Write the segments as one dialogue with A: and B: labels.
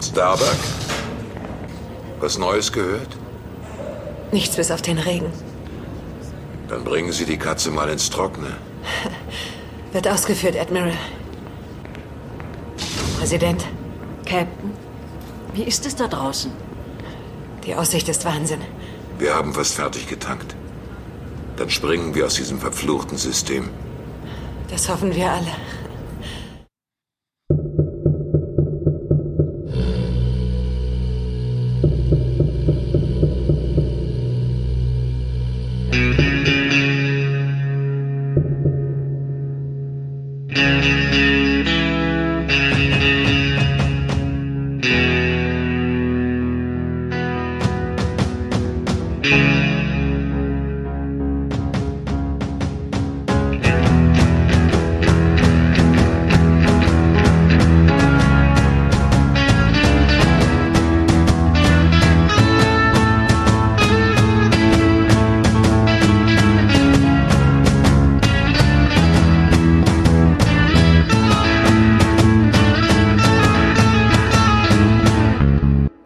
A: Starbuck? Was Neues gehört?
B: Nichts bis auf den Regen.
A: Dann bringen Sie die Katze mal ins Trockene.
B: Wird ausgeführt, Admiral. Präsident, Captain,
C: Wie ist es da draußen?
B: die Aussicht ist Wahnsinn.
A: Wir haben fast fertig getankt. Dann springen wir aus diesem verfluchten System.
B: Das hoffen wir alle.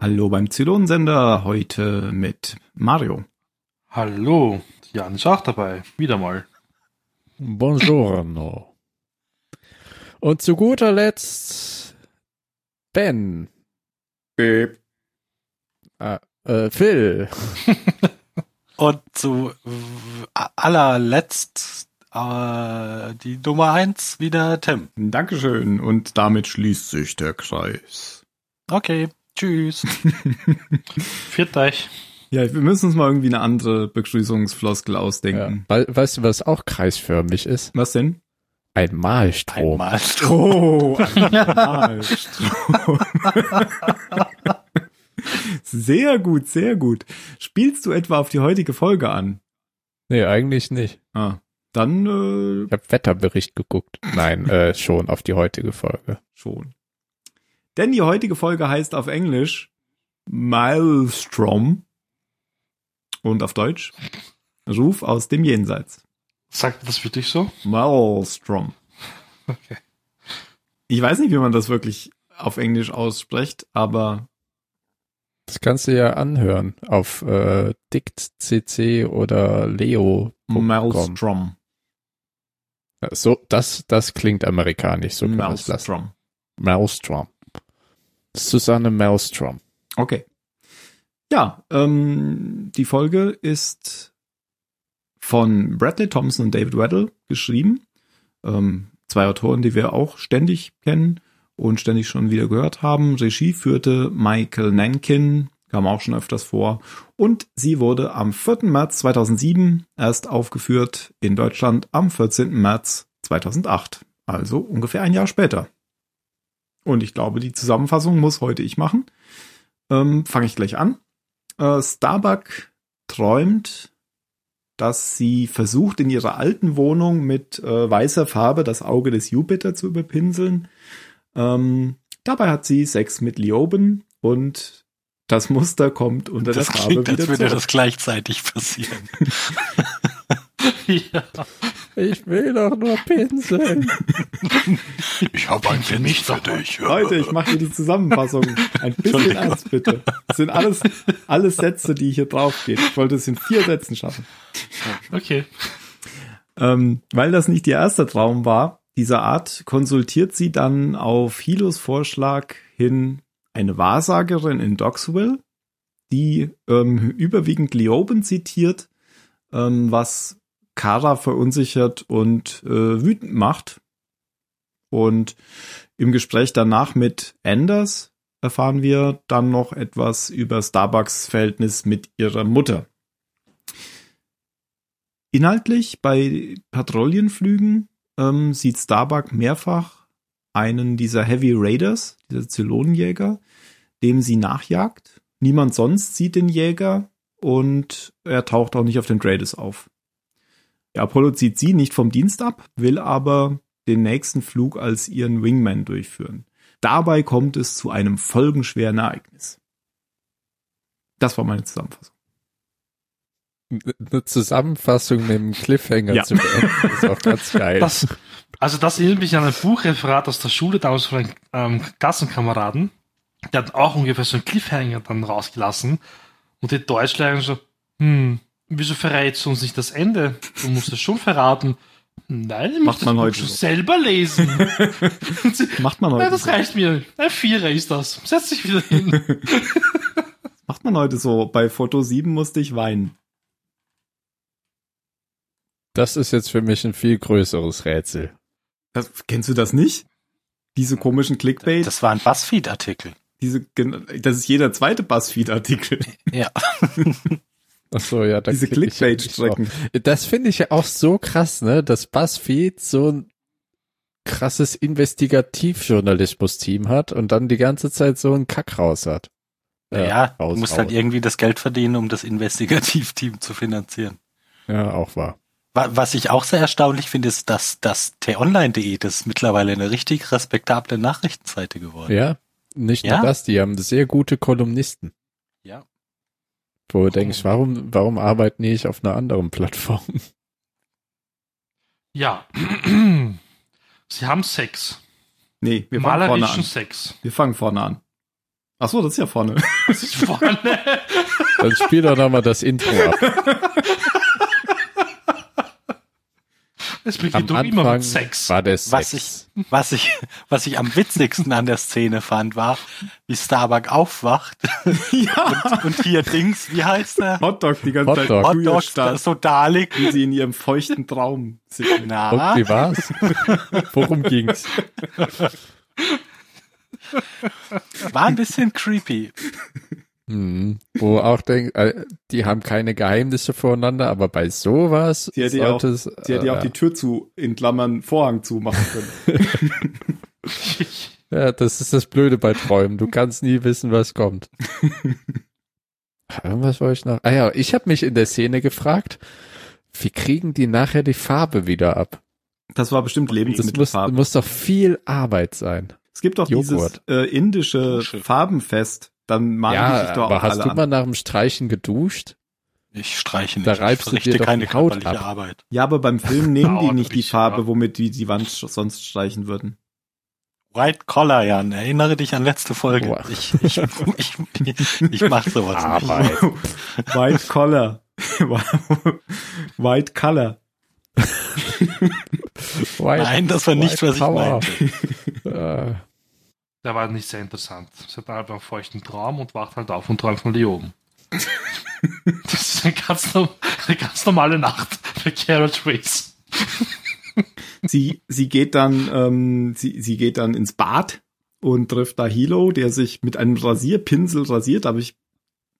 D: Hallo beim Zylonensender, heute mit Mario.
E: Hallo, Jan ist auch dabei, wieder mal.
F: Buongiorno. Und zu guter Letzt Ben. Ah, äh, Phil.
E: Und zu w- allerletzt äh, die Nummer eins wieder Tim.
D: Dankeschön und damit schließt sich der Kreis.
E: Okay, tschüss. Viert euch.
D: Ja, wir müssen uns mal irgendwie eine andere Begrüßungsfloskel
F: Ja.
D: ausdenken.
F: We weißt du, was auch kreisförmig ist?
D: Was denn?
F: Ein Mahlstrom.
E: Einmal.
D: Oh, Mahlstrom. sehr gut, sehr gut. Spielst du etwa auf die heutige Folge an?
F: Nee, eigentlich nicht.
D: Ah, dann äh,
F: Ich habe Wetterbericht geguckt. Nein, äh, schon auf die heutige Folge.
D: schon. Denn die heutige Folge heißt auf Englisch Maelstrom und auf Deutsch Ruf aus dem Jenseits.
E: Sagt das für dich so?
D: Maelstrom.
E: Okay.
D: Ich weiß nicht, wie man das wirklich auf Englisch ausspricht, aber
F: Das kannst du ja anhören auf äh, dict.cc oder leo.com.
D: Maelstrom.
F: So, das, das klingt amerikanisch. So kann man es lassen.
D: Maelstrom.
F: Maelstrom. Susanne Maelstrom.
D: Okay. Ja, ähm, die Folge ist von Bradley Thompson und David Weddell geschrieben. Ähm, zwei Autoren, die wir auch ständig kennen und ständig schon wieder gehört haben. Regie führte Michael Nankin, kam auch schon öfters vor. Und sie wurde am 4. März 2007 erst aufgeführt in Deutschland am 14. März 2008. Also ungefähr ein Jahr später. Und ich glaube, die Zusammenfassung muss heute ich machen. Ähm, Fange ich gleich an. Äh, Starbuck träumt, dass sie versucht, in ihrer alten Wohnung mit äh, weißer Farbe das Auge des Jupiter zu überpinseln. Ähm, dabei hat sie Sex mit Lioben und das Muster kommt unter
E: Das
D: der Farbe
E: klingt, als
D: wieder
E: würde
D: zurück.
E: das gleichzeitig passieren. ja.
F: Ich will doch nur pinseln.
E: Ich habe ein für mich für dich.
D: Leute, ich mache hier die Zusammenfassung. Ein bisschen
E: Entschuldigung.
D: Ernst, bitte. Das sind alles, alles Sätze, die hier draufgehen. Ich wollte es in vier Sätzen schaffen.
E: Okay.
D: Ähm, weil das nicht ihr erster Traum war, dieser Art, konsultiert sie dann auf Hilos Vorschlag hin eine Wahrsagerin in Doxville, die ähm, überwiegend Leoben zitiert, ähm, was Kara verunsichert und äh, wütend macht. Und im Gespräch danach mit Anders erfahren wir dann noch etwas über Starbucks Verhältnis mit ihrer Mutter. Inhaltlich bei Patrouillenflügen ähm, sieht Starbuck mehrfach einen dieser Heavy Raiders, dieser Zylonenjäger, dem sie nachjagt. Niemand sonst sieht den Jäger und er taucht auch nicht auf den Grades auf. Der Apollo zieht sie nicht vom Dienst ab, will aber den nächsten Flug als ihren Wingman durchführen. Dabei kommt es zu einem folgenschweren Ereignis. Das war meine Zusammenfassung.
F: Eine Zusammenfassung mit einem Cliffhanger
D: Ja.
F: zu beenden, ist auch ganz geil.
E: Das, also das erinnert mich an ein Buchreferat aus der Schule damals von einem ähm, Klassenkameraden. Der hat auch ungefähr so einen Cliffhanger dann rausgelassen. Und die Deutschlehrerin so, hm, wieso verrätst du uns nicht das Ende? Du musst es schon verraten. Nein, ich
D: Macht
E: muss
D: man
E: das Buch
D: heute
E: schon
D: so.
E: selber lesen. Und sie,
D: Macht man heute
E: Nein, das
D: so.
E: reicht mir. Ein Vierer ist das. Setz dich wieder hin.
D: Macht man heute so. Bei Foto 7 musste ich weinen.
F: Das ist jetzt für mich ein viel größeres Rätsel.
D: Das, kennst du das nicht? Diese komischen Clickbait,
G: Das war ein Buzzfeed-Artikel.
D: diese, gen- das ist jeder zweite Buzzfeed-Artikel.
G: Ja.
F: Ach so, ja, da
D: Diese
F: klicke ich ja nicht drauf.
D: Clickbait-Strecken.
F: Das finde ich ja auch so krass, ne, dass BuzzFeed so ein krasses Investigativjournalismus-Team hat und dann die ganze Zeit so einen Kack raus hat. Äh,
G: Ja, du
F: raushaut.
G: musst halt irgendwie das Geld verdienen, um das Investigativteam zu finanzieren.
F: Ja, auch wahr.
G: Wa- Was ich auch sehr erstaunlich finde, ist, dass das t-online.de, das ist mittlerweile eine richtig respektable Nachrichtenseite geworden.
F: Ja, nicht
G: Ja.
F: nur das, die haben sehr gute Kolumnisten.
G: Ja.
F: Wo du denkst, warum, warum arbeiten die nicht auf einer anderen Plattform?
E: Ja. Sie haben Sex.
D: Nee, wir fangen vorne
E: Malerischen
D: an.
E: Sex.
D: Wir fangen vorne an. Ach so, das ist ja vorne.
E: Das ist vorne.
F: Dann spiel doch nochmal das Intro ab.
E: Es
F: Am
E: beginnt doch immer
F: Anfang
E: mit Sex.
F: war der Sex.
G: Was ich, was ich, was ich am witzigsten an der Szene fand, war, wie Starbuck aufwacht
D: ja.
G: und, und hier Dings, wie heißt der?
D: Hotdog die ganze
F: Hotdog.
D: Zeit.
G: Hotdog
D: Frühjahrsstark,
G: so da liegt.
D: Wie sie in ihrem feuchten Traum sind.
F: Und
G: Na,
F: wie war's? Worum ging's?
G: war ein bisschen creepy.
F: Hm, Wo auch denk, äh, die haben keine Geheimnisse voreinander, aber bei sowas
D: Sie hätte ja auch,
F: sollte es,
D: sie hätte ja auch
F: äh,
D: die Tür zu, in Klammern, Vorhang zumachen können.
F: ja, das ist das Blöde bei Träumen. Du kannst nie wissen, was kommt. Irgendwas wollte ich noch. Ah ja, ich habe mich in der Szene gefragt, wie kriegen die nachher die Farbe wieder ab?
D: Das war bestimmt
F: Das muss,
D: Lebensmittelfarbe.
F: muss doch viel Arbeit sein.
D: Es gibt doch dieses
F: Joghurt.
D: äh, indische
G: Schön.
D: Farbenfest. Dann malen die sich
F: ja,
D: doch
F: aber
D: auch
F: hast
D: alle
F: du
D: an.
F: mal nach dem Streichen geduscht?
G: Ich streiche nicht.
F: Da reibst
G: ich
F: du
G: verrichte
F: dir doch
G: keine
F: die Haut
G: körperliche
F: ab.
G: Arbeit.
D: Ja, aber beim Film nehmen die
E: Dauert
D: nicht
E: ein
D: die
E: bisschen,
D: Farbe,
E: ja.
D: womit die die Wand sch- sonst streichen würden.
G: White Collar, Jan. Erinnere dich an letzte Folge.
F: Boah.
G: Ich, ich, ich, ich mache sowas nicht.
D: White Collar. White Color.
G: Nein, das war nicht, was ich meinte.
F: meinte.
E: Der war nicht sehr interessant. Sie hat einfach einen feuchten Traum und wacht halt auf und träumt von Leoben. das ist eine ganz, norm- eine ganz normale Nacht für Carrot Race.
D: Sie, sie geht dann, ähm, sie, sie geht dann ins Bad und trifft da Hilo, der sich mit einem Rasierpinsel rasiert. Habe ich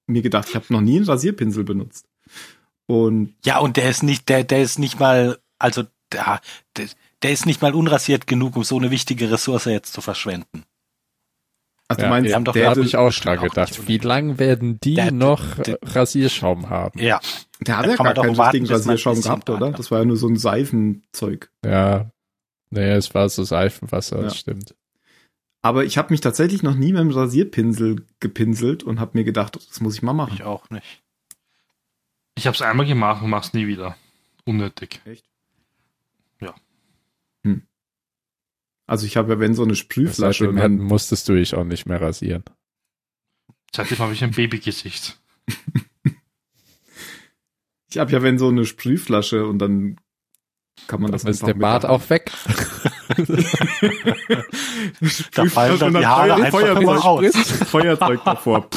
D: mir gedacht, ich habe noch nie einen Rasierpinsel benutzt. Und
G: Ja, und der ist nicht, der, der ist nicht mal, also der, der, der ist nicht mal unrasiert genug, um so eine wichtige Ressource jetzt zu verschwenden.
D: ach, also du
F: Ja,
D: meinst,
G: wir haben doch-
F: Da
D: der,
F: habe
D: hatte,
F: ich auch dran
G: auch nicht
F: gedacht, wie
G: unbedingt.
F: lang werden die
G: Der-
F: noch
G: der-
F: Rasierschaum haben?
G: Ja,
D: der hat
G: da
D: ja
G: kann
D: gar
G: man doch
D: keinen
G: warten,
D: richtigen
G: bis man ein
D: Rasierschaum
G: bisschen
D: gehabt,
G: Bart
D: oder?
G: hat.
D: Das war ja nur so ein Seifenzeug.
F: Ja. Naja, es war so Seifenwasser, das
D: Ja.
F: stimmt.
D: Aber ich habe mich tatsächlich noch nie mit einem Rasierpinsel gepinselt und habe mir gedacht, das muss ich mal machen.
G: ich auch nicht.
E: Ich hab's einmal gemacht und mach's nie wieder. Unnötig.
D: Hm. Also ich habe ja, wenn so eine Sprühflasche,
F: Seitdem hat-
D: wenn,
F: musstest du dich auch nicht mehr rasieren.
E: Seitdem habe ich ein Babygesicht.
D: ich habe ja, wenn so eine Sprühflasche und dann kann man
F: Dann
D: das
F: ist
D: einfach
F: der
D: mit
F: Bart
D: der-
F: auch weg.
G: Da fallen dann die Haare einfach
D: Feuerzeug,
G: immer aus.
D: Feuerzeug davor.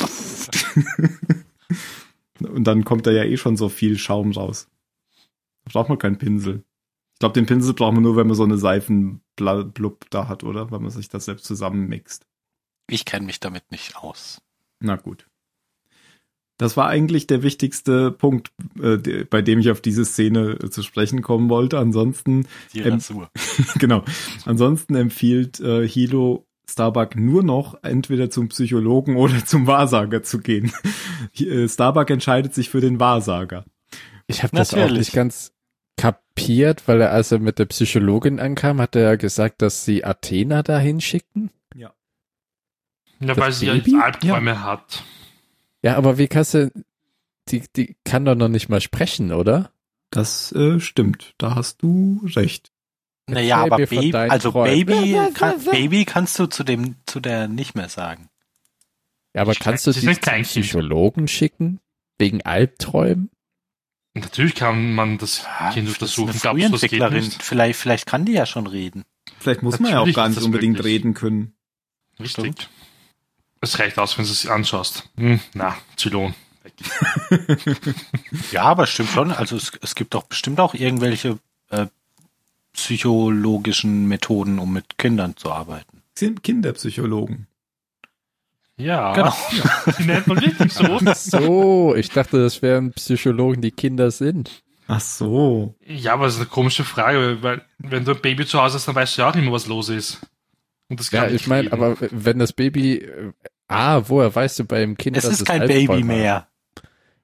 D: und dann kommt da ja eh schon so viel Schaum raus. Da braucht man keinen Pinsel. Ich glaube, den Pinsel braucht man nur, wenn man so eine Seifenblub da hat, oder? Wenn man sich das selbst zusammenmixt.
G: Ich kenne mich damit nicht aus.
D: Na gut. Das war eigentlich der wichtigste Punkt, äh, de- bei dem ich auf diese Szene äh, zu sprechen kommen wollte. Ansonsten,
G: Die
D: Ähm,
G: Rasur.
D: genau, ansonsten empfiehlt äh, Hilo Starbuck nur noch entweder zum Psychologen oder zum Wahrsager zu gehen. Hi- äh, Starbuck entscheidet sich für den Wahrsager.
F: Ich habe das auch
G: Natürlich.
F: nicht ganz kapiert, weil er, als er mit der Psychologin ankam, hat er ja gesagt, dass sie Athena dahin schickten.
E: Ja,
F: Das
E: weil sie ja
F: Baby?
E: jetzt Albträume hat.
F: Ja, aber wie kannst du, die, die kann doch noch nicht mal sprechen, oder?
D: Das äh, stimmt, da hast du recht.
G: Naja,
F: Erzähl
G: aber
F: mir von
G: Baby,
F: deinen
G: also
F: Träumen.
G: Baby, kann, Baby kannst du zu dem, zu der nicht mehr sagen.
F: Ja, aber
E: Ich
F: kannst du
E: weiß, das
F: sie
E: ist ein
F: zum
E: Kleinkind.
F: Psychologen schicken? Wegen Albträumen?
E: Und Natürlich kann man das Kind untersuchen.
G: Ah, Das ist
E: Glaubst
G: eine
E: du, das geht
G: Frühentwicklerin.
E: nicht?
G: Vielleicht, vielleicht kann die ja schon reden.
D: Vielleicht muss man ja auch
E: Natürlich
D: gar
E: ist
D: nicht
E: das
D: unbedingt
E: möglich.
D: reden können.
E: Richtig. Es reicht aus, wenn du es anschaust. Hm, na, Zylon.
G: Ja, aber stimmt schon. Also es, es gibt doch bestimmt auch irgendwelche äh, psychologischen Methoden, um mit Kindern zu arbeiten.
D: Sind Kinderpsychologen.
E: Ja,
G: Genau.
E: die nennt man wirklich so.
F: So, ich dachte, das wären Psychologen, die Kinder sind.
D: Ach so.
E: Ja, aber das ist eine komische Frage, weil wenn du ein Baby zu Hause hast, dann weißt du ja auch nicht mehr, was los ist. Und das
F: Ja,
E: kann
F: ich meine,
E: jedem.
F: aber wenn das Baby. äh, Ah, woher weißt du beim Kind,
G: Es
F: dass
G: ist kein
F: Albträume
G: Baby
F: hat?
G: mehr.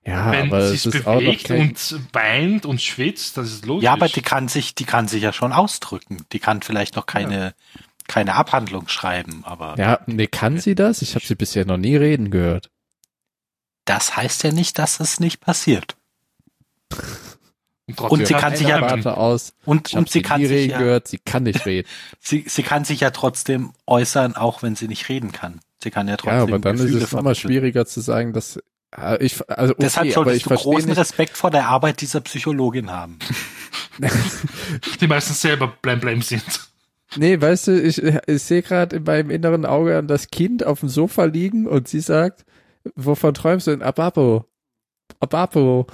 F: Ja,
E: wenn
F: aber
E: sie
F: es
E: es
F: ist auch noch
E: bewegt
F: kein,
E: und weint und schwitzt, das ist logisch.
G: Ja, aber die kann sich, die kann sich ja schon ausdrücken. Die kann vielleicht noch keine, keine Abhandlung schreiben, aber
F: Ja, nee, kann sie das? Ich habe sie bisher noch nie reden gehört.
G: das heißt ja nicht, dass es nicht passiert.
E: und, trotzdem
G: und sie kann sich ja-
E: einen
F: Warte aus.
G: Und,
F: Ich
G: und
F: habe
G: sie
F: sie,
G: kann
F: nie
G: sich
F: reden
G: ja,
F: gehört, sie kann nicht reden.
G: sie, sie kann sich ja trotzdem äußern, auch wenn sie nicht reden kann. Sie kann ja trotzdem.
F: ja, aber dann ist
G: Gefühle
F: es immer
G: vermitteln.
F: schwieriger zu sagen, dass Ah, ich also okay,
G: Deshalb
F: aber ich
G: solltest du
F: verstehe
G: großen
F: nicht.
G: Respekt vor der Arbeit dieser Psychologin haben.
E: die meistens selber blam blam sind.
F: Nee, weißt du, ich, ich sehe gerade in meinem inneren Auge an das Kind auf dem Sofa liegen und sie sagt, wovon träumst du denn? Abapo. Abapo.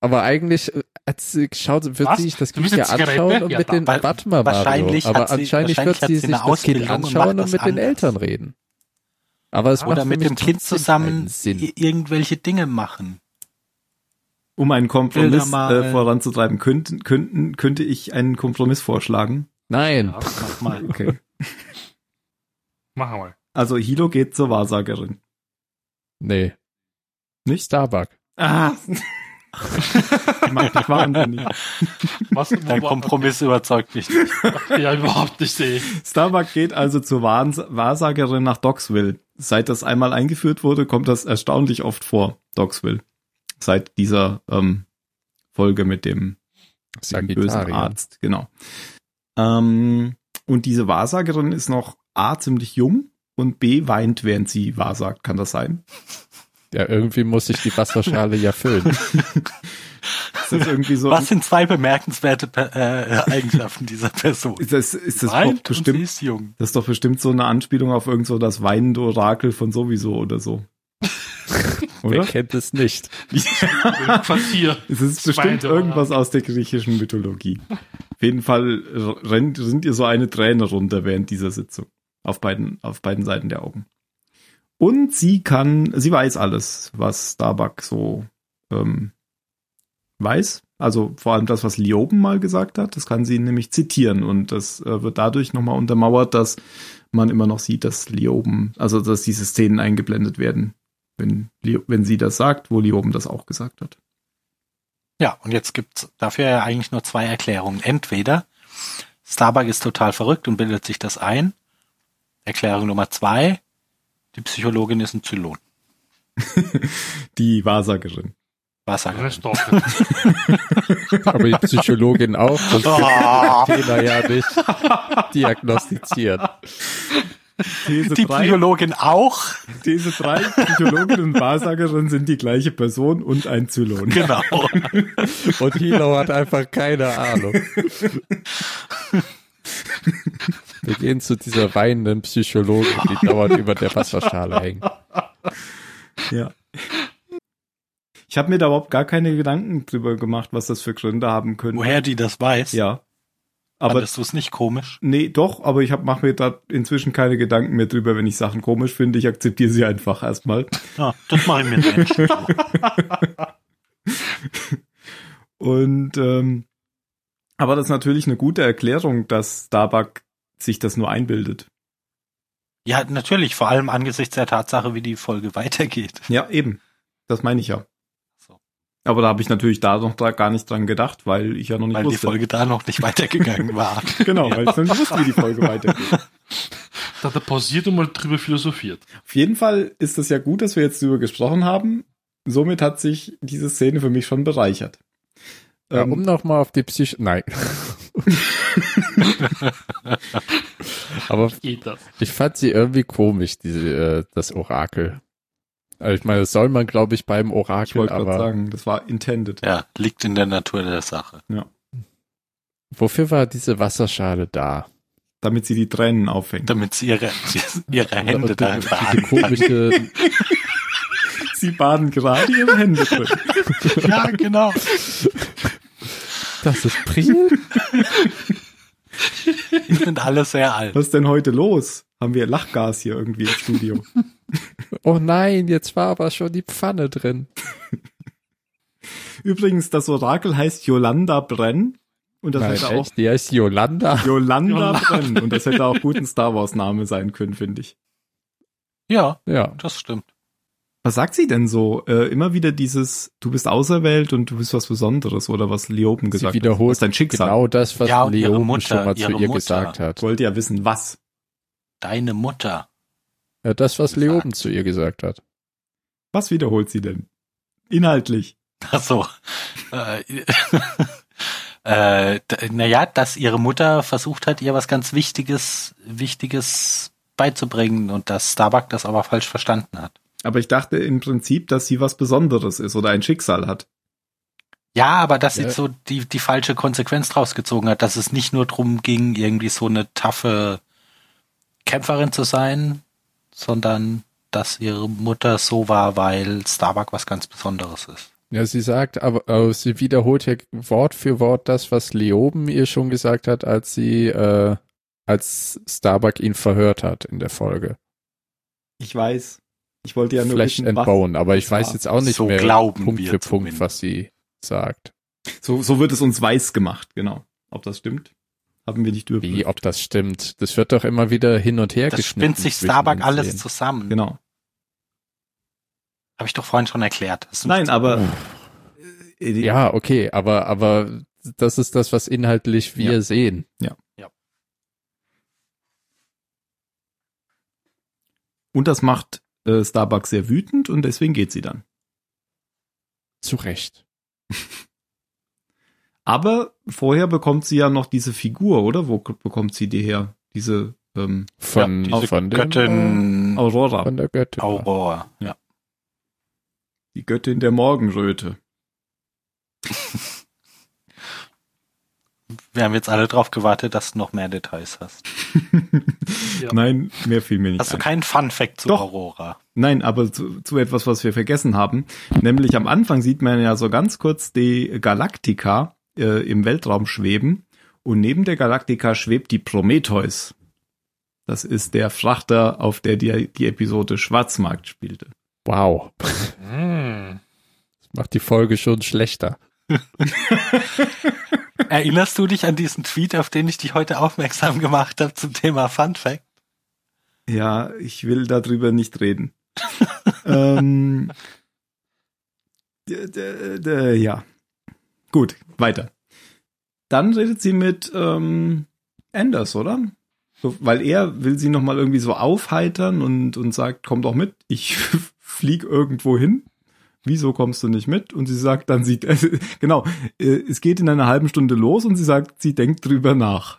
F: Aber eigentlich äh, hat sie geschaut, wird
E: Was?
F: sie sich das
E: Du bist
F: Kind ja
E: eine Zigarette?
F: anschauen und
E: Ja,
F: mit
E: da-
F: den
G: weil-
F: Warte mal, Mario.
G: wahrscheinlich hat
F: aber
G: sie-
F: anscheinlich
G: wahrscheinlich
F: wird
G: hat
F: sie
G: sie
F: sich
G: eine
F: das Kind
G: Ausbildung und
F: anschauen
G: macht
F: und mit
G: das
F: den
G: anders.
F: Eltern reden. Aber es macht
G: Oder
F: für
G: mit
F: mich
G: dem Kind
F: trotzdem keinen
G: zusammen
F: Sinn.
G: i- irgendwelche Dinge machen.
D: Um einen
G: Bilder
D: Kompromiss
G: malen.
D: äh, voranzutreiben, könnten, könnten, könnte ich einen Kompromiss vorschlagen.
F: Nein.
E: Ja,
G: Mach mal.
D: Okay.
E: mach mal.
D: Also Hilo geht zur Wahrsagerin.
F: Nee.
D: Nicht?
F: Starbuck.
D: Ah. Die macht mich wahnsinnig.
E: Was,
G: Dein Kompromiss überzeugt mich. nicht.
E: Ja, überhaupt nicht, ey.
D: Starbuck geht also zur Wahns Wahrsagerin nach Docksville. Seit das einmal eingeführt wurde, kommt das erstaunlich oft vor, Docksville. Seit dieser ähm, Folge mit dem dem bösen
F: Sagittarius.
D: Arzt, genau. Ähm, und diese Wahrsagerin ist noch A, ziemlich jung und B, weint, während sie wahrsagt. Kann das sein?
F: Ja, irgendwie muss ich die Wasserschale ja füllen.
D: Ist das irgendwie so?
G: Was sind zwei bemerkenswerte Pe- äh, Eigenschaften dieser Person?
D: ist das, ist das doch
G: Weint und sie
D: bestimmt,
G: ist jung.
D: das ist doch bestimmt so eine Anspielung auf irgend so das weinende Orakel von sowieso oder so.
F: Wer
D: Oder?
F: kennt es nicht?
E: Quartier.
D: Es ist
E: Das
D: bestimmt
E: weinende
D: irgendwas aus der griechischen Mythologie. Auf jeden Fall r- rennt, rinnt ihr so eine Träne runter während dieser Sitzung. Auf beiden, auf beiden Seiten der Augen. Und sie kann, sie weiß alles, was Starbuck so ähm, weiß. Also vor allem das, was Lioben mal gesagt hat, das kann sie nämlich zitieren. Und das äh, wird dadurch nochmal untermauert, dass man immer noch sieht, dass Lioben, also dass diese Szenen eingeblendet werden, wenn, Lio- wenn sie das sagt, wo Lioben das auch gesagt hat.
G: Ja, und jetzt gibt's dafür ja eigentlich nur zwei Erklärungen. Entweder Starbuck ist total verrückt und bildet sich das ein. Erklärung Nummer zwei, die Psychologin ist ein Zylon.
D: Die Wahrsagerin.
E: Eine
G: Wahrsagerin.
E: Stoffe.
F: Aber die Psychologin auch. Das
D: Ah.
G: Oh,
F: kann man ja nicht diagnostizieren.
D: These
G: die Psychologin auch?
D: These drei Psychologin und Wahrsagerin sind die gleiche Person und ein Zylon.
G: Genau.
F: Und Hilo hat einfach keine Ahnung. Wir gehen zu dieser weinenden Psychologin, die dauernd über der Wasserschale hängt.
D: Ja. Ich habe mir da überhaupt gar keine Gedanken drüber gemacht, was das für Gründe haben können.
G: Woher die das weiß?
D: Ja. Aber
G: Fandest du es nicht komisch?
D: nee, doch, aber ich mache mir da inzwischen keine Gedanken mehr drüber, wenn ich Sachen komisch finde. Ich akzeptiere sie einfach erstmal.
G: Ja, das mache ich mir nicht.
D: Und ähm, aber das ist natürlich eine gute Erklärung, dass Starbuck sich das nur einbildet.
G: Ja, natürlich, vor allem angesichts der Tatsache, wie die Folge weitergeht.
D: Ja, eben. Das meine ich ja.
G: So.
D: Aber da habe ich natürlich da noch dra- gar nicht dran gedacht, weil ich ja noch nicht
G: Weil die
D: wusste.
G: Folge da noch nicht weitergegangen war.
D: genau, weil ich noch nicht wusste, wie die Folge weitergeht.
E: Da hat er pausiert und mal drüber philosophiert.
D: Auf jeden Fall ist es ja gut, dass wir jetzt darüber gesprochen haben. Somit hat sich diese Szene für mich schon bereichert.
F: Ja,
D: Ähm,
F: um nochmal auf die Psych... Nein. Aber
E: Geht das?
F: ich fand sie irgendwie komisch, diese, äh, das Orakel. Also ich meine, das soll man, glaube ich, beim
D: Ich
F: Orakel,
D: wollte gerade
F: aber
D: sagen, das war intended.
G: Ja, liegt in der Natur der Sache.
F: wofür war diese Wasserschale da?
D: Damit sie die Tränen auffängt.
G: Damit sie ihre, ihre Hände
F: Und
G: da
F: diese-
G: tragen
F: diese komische,
D: Sie baden gerade ihre Hände drin.
G: kann. Ja, genau.
F: das ist Priel?
G: Die sind alle sehr alt.
D: Was ist denn heute los? Haben wir Lachgas hier irgendwie im Studio?
F: Oh nein, jetzt war aber schon die Pfanne drin.
D: Übrigens, das Orakel heißt Yolanda Brenn. Und das
F: nein,
D: heißt auch
F: echt? Die heißt Yolanda.
D: Yolanda
E: Yolanda.
D: Brenn. Und das hätte auch gut ein Star Wars Name sein können, finde ich.
G: Ja,
F: Ja,
G: das stimmt.
D: Was sagt sie denn so? Äh, immer wieder dieses, du bist auserwählt und du bist was Besonderes oder was Leoben gesagt hat.
F: wiederholt
D: Was dein Schicksal.
F: genau das, was
G: Ja, und ihre
F: Leo
G: Mutter,
F: schon mal zu
G: ihre
F: ihr
G: Mutter.
F: gesagt hat.
D: Ich wollte ja wissen, was.
G: Deine Mutter.
F: Ja, das, was
G: Gesagt.
F: Leoben zu ihr gesagt hat.
D: Was wiederholt sie denn? Inhaltlich.
G: Ach so. Äh, äh, d- naja, dass ihre Mutter versucht hat, ihr was ganz Wichtiges, Wichtiges beizubringen und dass Starbuck das aber falsch verstanden hat.
D: Aber ich dachte im Prinzip, dass sie was Besonderes ist oder ein Schicksal hat.
G: Ja, aber dass sie
F: Ja.
G: so die, die falsche Konsequenz draus gezogen hat, dass es nicht nur drum ging, irgendwie so eine taffe Kämpferin zu sein, sondern dass ihre Mutter so war, weil Starbuck was ganz Besonderes ist.
F: Ja, sie sagt, aber äh, sie wiederholt ja Wort für Wort das, was Leoben ihr schon gesagt hat, als sie, äh, als Starbuck ihn verhört hat in der Folge.
D: Ich weiß. Ich wollte ja nur
F: Flesh
D: wissen,
F: and
D: was.
F: Bone, aber ich
D: war.
F: weiß jetzt auch nicht
G: So
F: mehr
G: glauben
F: Punkt
G: wir
F: für Punkt,
G: zumindest.
F: was sie sagt.
D: So, so wird es uns weiß gemacht, genau. Ob das stimmt, haben wir nicht
F: Wie,
D: überprüft.
F: ob das stimmt? Das wird doch immer wieder hin und her
G: Das
F: geschnitten.
G: spinnt sich
F: zwischen
G: Starbuck
F: den
G: alles
F: Szenen.
G: zusammen. Genau.
D: Genau.
G: Habe ich doch vorhin schon erklärt. Das sind-
D: Nein, aber. äh,
F: Ja, okay, aber, aber das ist das, was inhaltlich wir
D: Ja.
F: sehen.
D: Und das macht äh, Starbuck sehr wütend und deswegen geht sie dann.
F: Zu Recht.
D: Aber vorher bekommt sie ja noch diese Figur, oder? Wo k- bekommt sie die her? Diese ähm,
F: Von,
G: diese
F: von, dem,
G: Göttin
F: äh,
D: Aurora,
F: von der Göttin.
G: Aurora. Ja.
D: die Göttin der Morgenröte.
G: Wir haben jetzt alle drauf gewartet, dass du noch mehr Details hast.
E: Ja.
D: Nein, mehr fiel mir nicht
G: Hast du
D: ein.
G: keinen Fun-Fact zu
D: Doch.
G: Aurora?
D: Nein, aber zu, zu etwas, was wir vergessen haben. Nämlich am Anfang sieht man ja so ganz kurz die Galaktika äh, im Weltraum schweben. Und neben der Galaktika schwebt die Prometheus. Das ist der Frachter, auf der die, die Episode Schwarzmarkt spielte.
F: Wow.
E: Mm.
F: Das macht die Folge schon schlechter.
G: Erinnerst du dich an diesen Tweet, auf den ich dich heute aufmerksam gemacht habe zum Thema Fun-Fact?
D: Ja, ich will darüber nicht reden. ähm, d- d- d- ja. Gut, weiter. Dann redet sie mit ähm, Anders, oder? So, weil er will sie nochmal irgendwie so aufheitern und, und sagt, komm doch mit, ich flieg irgendwo hin. Wieso kommst du nicht mit? Und sie sagt dann, sie, genau, äh, es geht in einer halben Stunde los und sie sagt, sie denkt drüber nach.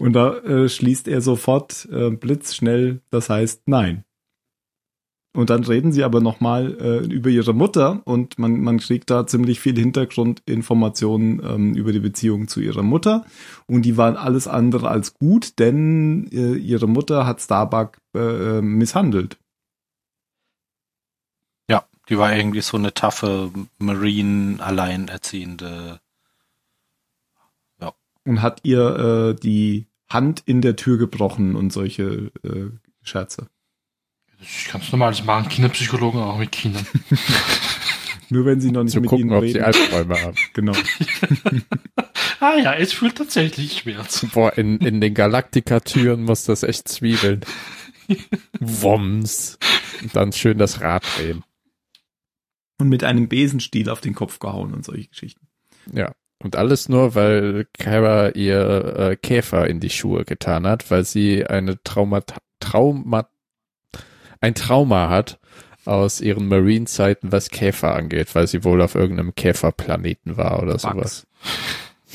D: Und da äh, schließt er sofort äh, blitzschnell, das heißt nein. Und dann reden sie aber nochmal äh, über ihre Mutter und man, man kriegt da ziemlich viel Hintergrundinformationen ähm, über die Beziehung zu ihrer Mutter. Und die waren alles andere als gut, denn äh, ihre Mutter hat Starbuck äh, äh, misshandelt.
G: Ja, die war irgendwie so eine taffe Marine alleinerziehende.
D: und hat ihr äh, die Hand in der Tür gebrochen und solche äh, Scherze.
E: Das ist ganz normal, das machen Kinderpsychologen auch mit Kindern.
D: Nur wenn sie noch nicht
F: Zu
D: mit
F: gucken,
D: ihnen
F: ob sie
D: reden.
F: Albträume haben.
D: genau.
E: Ah ja, es fühlt tatsächlich Schmerz.
F: Boah, in, in den Galaktika-Türen muss das echt zwiebeln. Woms. Und dann schön das Rad drehen.
D: Und mit einem Besenstiel auf den Kopf gehauen und solche Geschichten.
F: Ja. Und alles nur, weil Kara ihr äh, Käfer in die Schuhe getan hat, weil sie eine Traumata Trauma ein Trauma hat aus ihren Marine-Zeiten, was Käfer angeht, weil sie wohl auf irgendeinem Käferplaneten war oder sowas.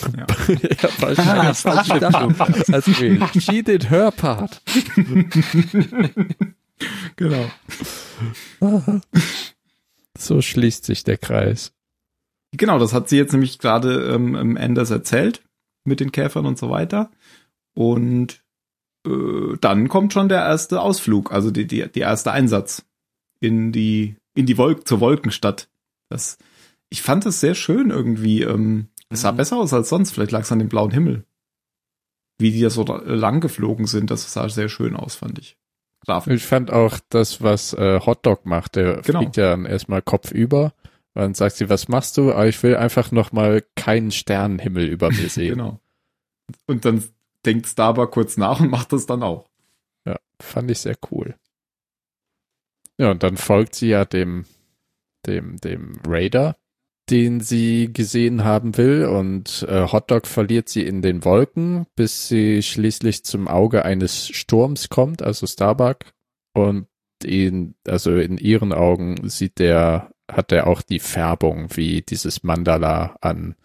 D: Ja.
F: ja,
G: Ah,
F: wahrscheinlich. Also, she did her part.
D: Genau.
F: So schließt sich der Kreis.
D: Genau, das hat sie jetzt nämlich gerade ähm, ähm, Anders erzählt mit den Käfern und so weiter. Und äh, dann kommt schon der erste Ausflug, also die, die, der erste Einsatz in die in die Wolk zur Wolkenstadt. Das, ich fand es sehr schön irgendwie. Ähm, es sah
G: Mhm.
D: besser aus als sonst. Vielleicht lag es an dem blauen Himmel, wie die da so dra- lang geflogen sind. Das sah sehr schön aus, fand ich. Grafisch.
F: Ich fand auch das, was äh, Hotdog macht, der
D: Genau.
F: fliegt ja dann erstmal kopfüber. Dann sagt sie, was machst du? Aber ich will einfach nochmal keinen Sternenhimmel über mir sehen.
D: Genau. Und dann denkt Starbuck kurz nach und macht das dann auch.
F: Ja, fand ich sehr cool. Ja, und dann folgt sie ja dem, dem, dem Raider, den sie gesehen haben will, und äh, Hotdog verliert sie in den Wolken, bis sie schließlich zum Auge eines Sturms kommt, also Starbuck, und ihn, also in ihren Augen sieht der, hat er auch die Färbung, wie dieses Mandala an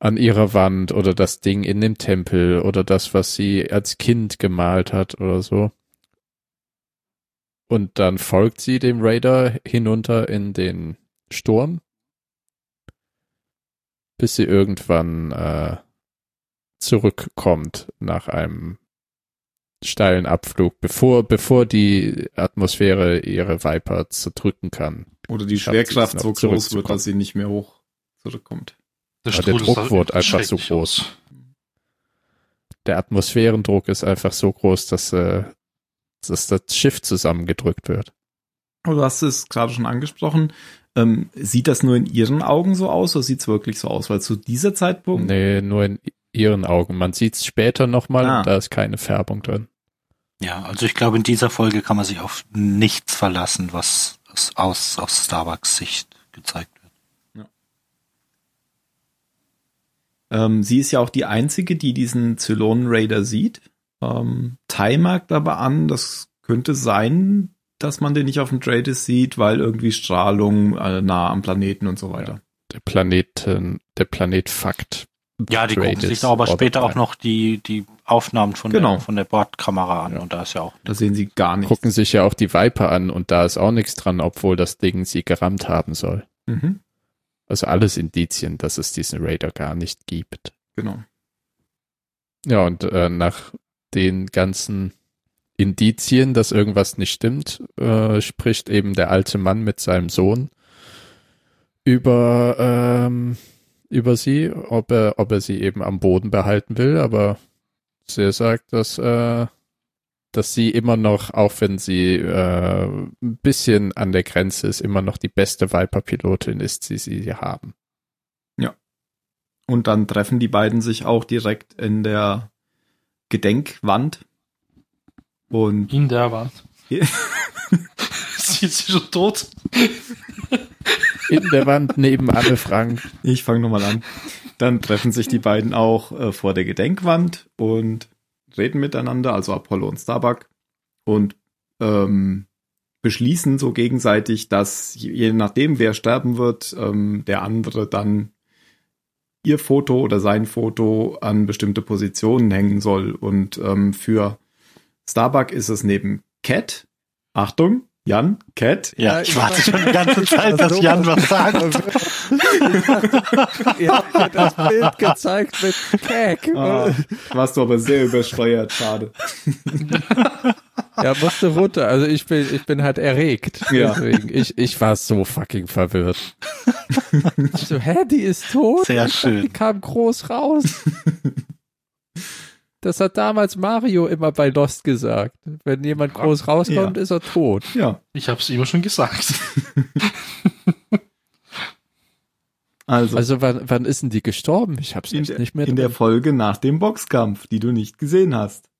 F: an ihrer Wand oder das Ding in dem Tempel oder das, was sie als Kind gemalt hat oder so. Und dann folgt sie dem Raider hinunter in den Sturm, bis sie irgendwann äh, zurückkommt nach einem steilen Abflug, bevor, bevor die Atmosphäre ihre Viper zerdrücken kann.
D: Oder die
F: Schafft sie es
D: Schwerkraft
F: noch
D: so groß wird,
F: zurückzukommen.
D: dass sie nicht mehr hoch zurückkommt.
F: Aber der
E: Strudel
F: Druck
E: sah
F: wurde einfach so
E: schrecklich
F: groß.
E: aus.
F: der Atmosphärendruck ist einfach so groß, dass, äh, dass das Schiff zusammengedrückt wird.
D: Oh, Du hast es gerade schon angesprochen. Ähm, sieht das nur in ihren Augen so aus oder sieht's wirklich so aus? Weil zu dieser Zeitpunkt.
F: Nee, nur in ihren Augen. Man sieht es später nochmal
D: Ah.
F: und da ist keine Färbung drin.
G: Ja, also ich glaube, in dieser Folge kann man sich auf nichts verlassen, was aus, aus aus Starbucks Sicht gezeigt wird.
D: Ähm, sie ist ja auch die einzige, die diesen Zylonen Raider sieht. Ähm, Tai merkt aber an, das könnte sein, dass man den nicht auf dem Tradis sieht, weil irgendwie Strahlung äh, nah am Planeten und so weiter.
F: Der Planeten, der Planet Fakt.
G: Ja, die gucken
F: Traded
G: sich da aber
F: Order
G: später auch
F: Prime.
G: noch die, die Aufnahmen von,
D: Genau.
G: der, von der Bordkamera an
F: Ja.
G: und da ist ja auch
D: Da sehen sie gar nichts.
F: Gucken sich ja auch die Viper an und da ist auch nichts dran, obwohl das Ding sie gerammt haben soll.
D: Mhm,
F: Also alles Indizien, dass es diesen Raider gar nicht gibt.
D: genau.
F: Ja, und äh, nach den ganzen Indizien, dass irgendwas nicht stimmt, äh, spricht eben der alte Mann mit seinem Sohn über, ähm, über sie, ob er, ob er sie eben am Boden behalten will, aber sie sagt, dass, äh, dass sie immer noch, auch wenn sie äh, ein bisschen an der Grenze ist, immer noch die beste Viper-Pilotin ist, die sie haben.
D: Und dann treffen die beiden sich auch direkt in der Gedenkwand. Und
E: In der Wand.
D: Ja.
E: sie ist schon tot.
F: In der Wand neben Anne Frank.
D: Ich fange nochmal an. Dann treffen sich die beiden auch äh, vor der Gedenkwand und reden miteinander, also Apollo und Starbuck, und ähm, beschließen so gegenseitig, dass je- je nachdem, wer sterben wird, ähm, der andere dann ihr Foto oder sein Foto an bestimmte Positionen hängen soll. Und ähm, für Starbuck ist es neben Cat, Achtung, Jan, Cat,
G: Ja,
F: Ja,
G: ich
F: ich
G: warte
F: weiß.
G: schon die ganze Zeit, dass
F: Also
G: Jan
F: sowas.
G: was sagt.
F: Ihr habt mir das Bild gezeigt mit Keck.
D: Ah, warst du aber sehr übersteuert, schade.
F: Ja, musste runter. Also ich bin, ich bin halt erregt.
D: Ja.
F: Deswegen, ich, ich war so fucking verwirrt. Ich so, hä, die ist tot?
G: Sehr
F: Die
G: schön.
F: kam groß raus. Das hat damals Mario immer bei Lost gesagt. Wenn jemand groß rauskommt, ist er tot.
D: Ja.
E: Ich hab's immer schon gesagt.
D: Also,
F: Also wann, wann ist denn die gestorben? Ich hab's
D: in,
F: echt
D: der,
F: nicht mehr
D: in der
F: drin.
D: Folge nach dem Boxkampf, die du nicht gesehen hast.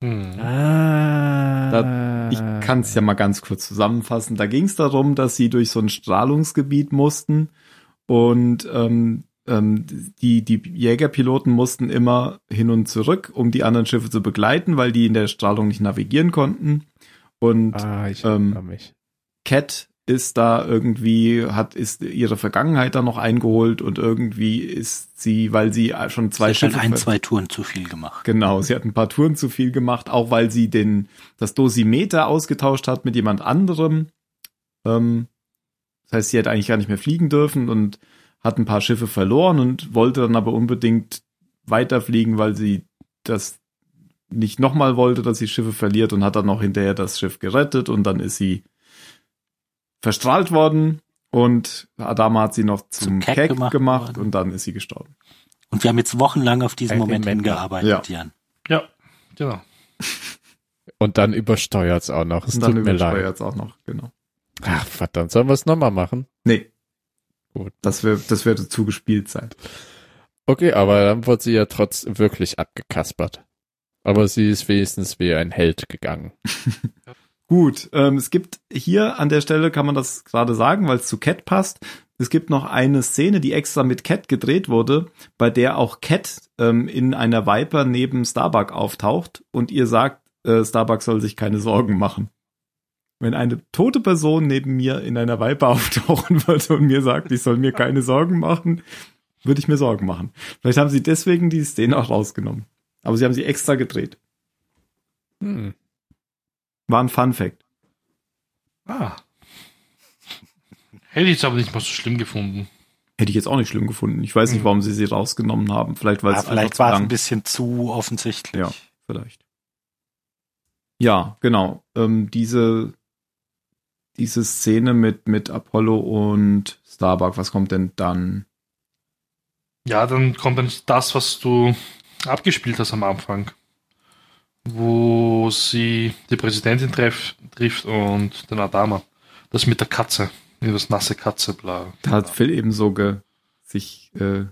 E: Hm.
F: Ah.
D: Ich kann es ja mal ganz kurz zusammenfassen. Da ging es darum, dass sie durch so ein Strahlungsgebiet mussten und ähm, ähm, die, die Jägerpiloten mussten immer hin und zurück, um die anderen Schiffe zu begleiten, weil die in der Strahlung nicht navigieren konnten. Und
F: Ah, ich
D: Ähm,
F: erinnere mich.
D: Cat ist da irgendwie, hat, ist ihre Vergangenheit da noch eingeholt und irgendwie ist sie, weil sie schon zwei
G: Zwei schon
D: Schiffe.
G: halt ein,
D: ver-
G: zwei Touren zu viel gemacht.
D: Genau, sie hat ein paar Touren zu viel gemacht, auch weil sie den, das Dosimeter ausgetauscht hat mit jemand anderem. Ähm, das heißt, sie hätte eigentlich gar nicht mehr fliegen dürfen und hat ein paar Schiffe verloren und wollte dann aber unbedingt weiterfliegen, weil sie das nicht nochmal wollte, dass sie Schiffe verliert und hat dann auch hinterher das Schiff gerettet und dann ist sie verstrahlt worden und Adama hat sie noch zum, Keck, gemacht,
G: worden.
D: und dann ist sie gestorben.
G: Und wir haben jetzt wochenlang auf diesen
F: Ein
G: Moment
F: Moment.
G: hingearbeitet, Jan.
E: Ja, genau.
F: Und dann übersteuert's auch noch. Es
D: Und dann
F: tut mir leid.
D: übersteuert's auch noch, genau.
F: Ach, verdammt, sollen wir es nochmal machen?
D: Nee.
F: Gut.
D: Das, wär, das würde zugespielt sein.
F: Okay, aber dann wird sie ja trotz wirklich abgekaspert. Aber sie ist wenigstens wie ein Held gegangen.
D: Gut, ähm, es gibt hier an der Stelle, kann man das gerade sagen, weil es zu Cat passt. Es gibt noch eine Szene, die extra mit Cat gedreht wurde, bei der auch Cat ähm, in einer Viper neben Starbuck auftaucht und ihr sagt, äh, Starbuck soll sich keine Sorgen machen. Wenn eine tote Person neben mir in einer Viper auftauchen würde und mir sagt, ich soll mir keine Sorgen machen, würde ich mir Sorgen machen. Vielleicht haben sie deswegen die Szene auch rausgenommen. Aber sie haben sie extra gedreht.
F: Hm.
D: War ein Fun Fact.
E: Ah. Hätte ich jetzt aber nicht mal so schlimm gefunden.
D: Hätte ich jetzt auch nicht schlimm gefunden. Ich weiß nicht,
E: Mhm.
D: warum sie sie rausgenommen haben. Vielleicht, weil
G: Ja,
D: es einfach
G: Ah, vielleicht
D: zu
G: war es
D: lang-
G: ein bisschen zu offensichtlich.
D: Ja, vielleicht. Ja, genau. Ähm, diese, diese Szene mit, mit Apollo und Starbuck, was kommt denn dann?
E: Ja, dann kommt dann das, was du abgespielt hast am Anfang. Wo sie die Präsidentin treff, trifft und den Adama. Das mit der Katze. Das nasse Katze, bla.
D: Da hat Phil eben so ge, sich, äh,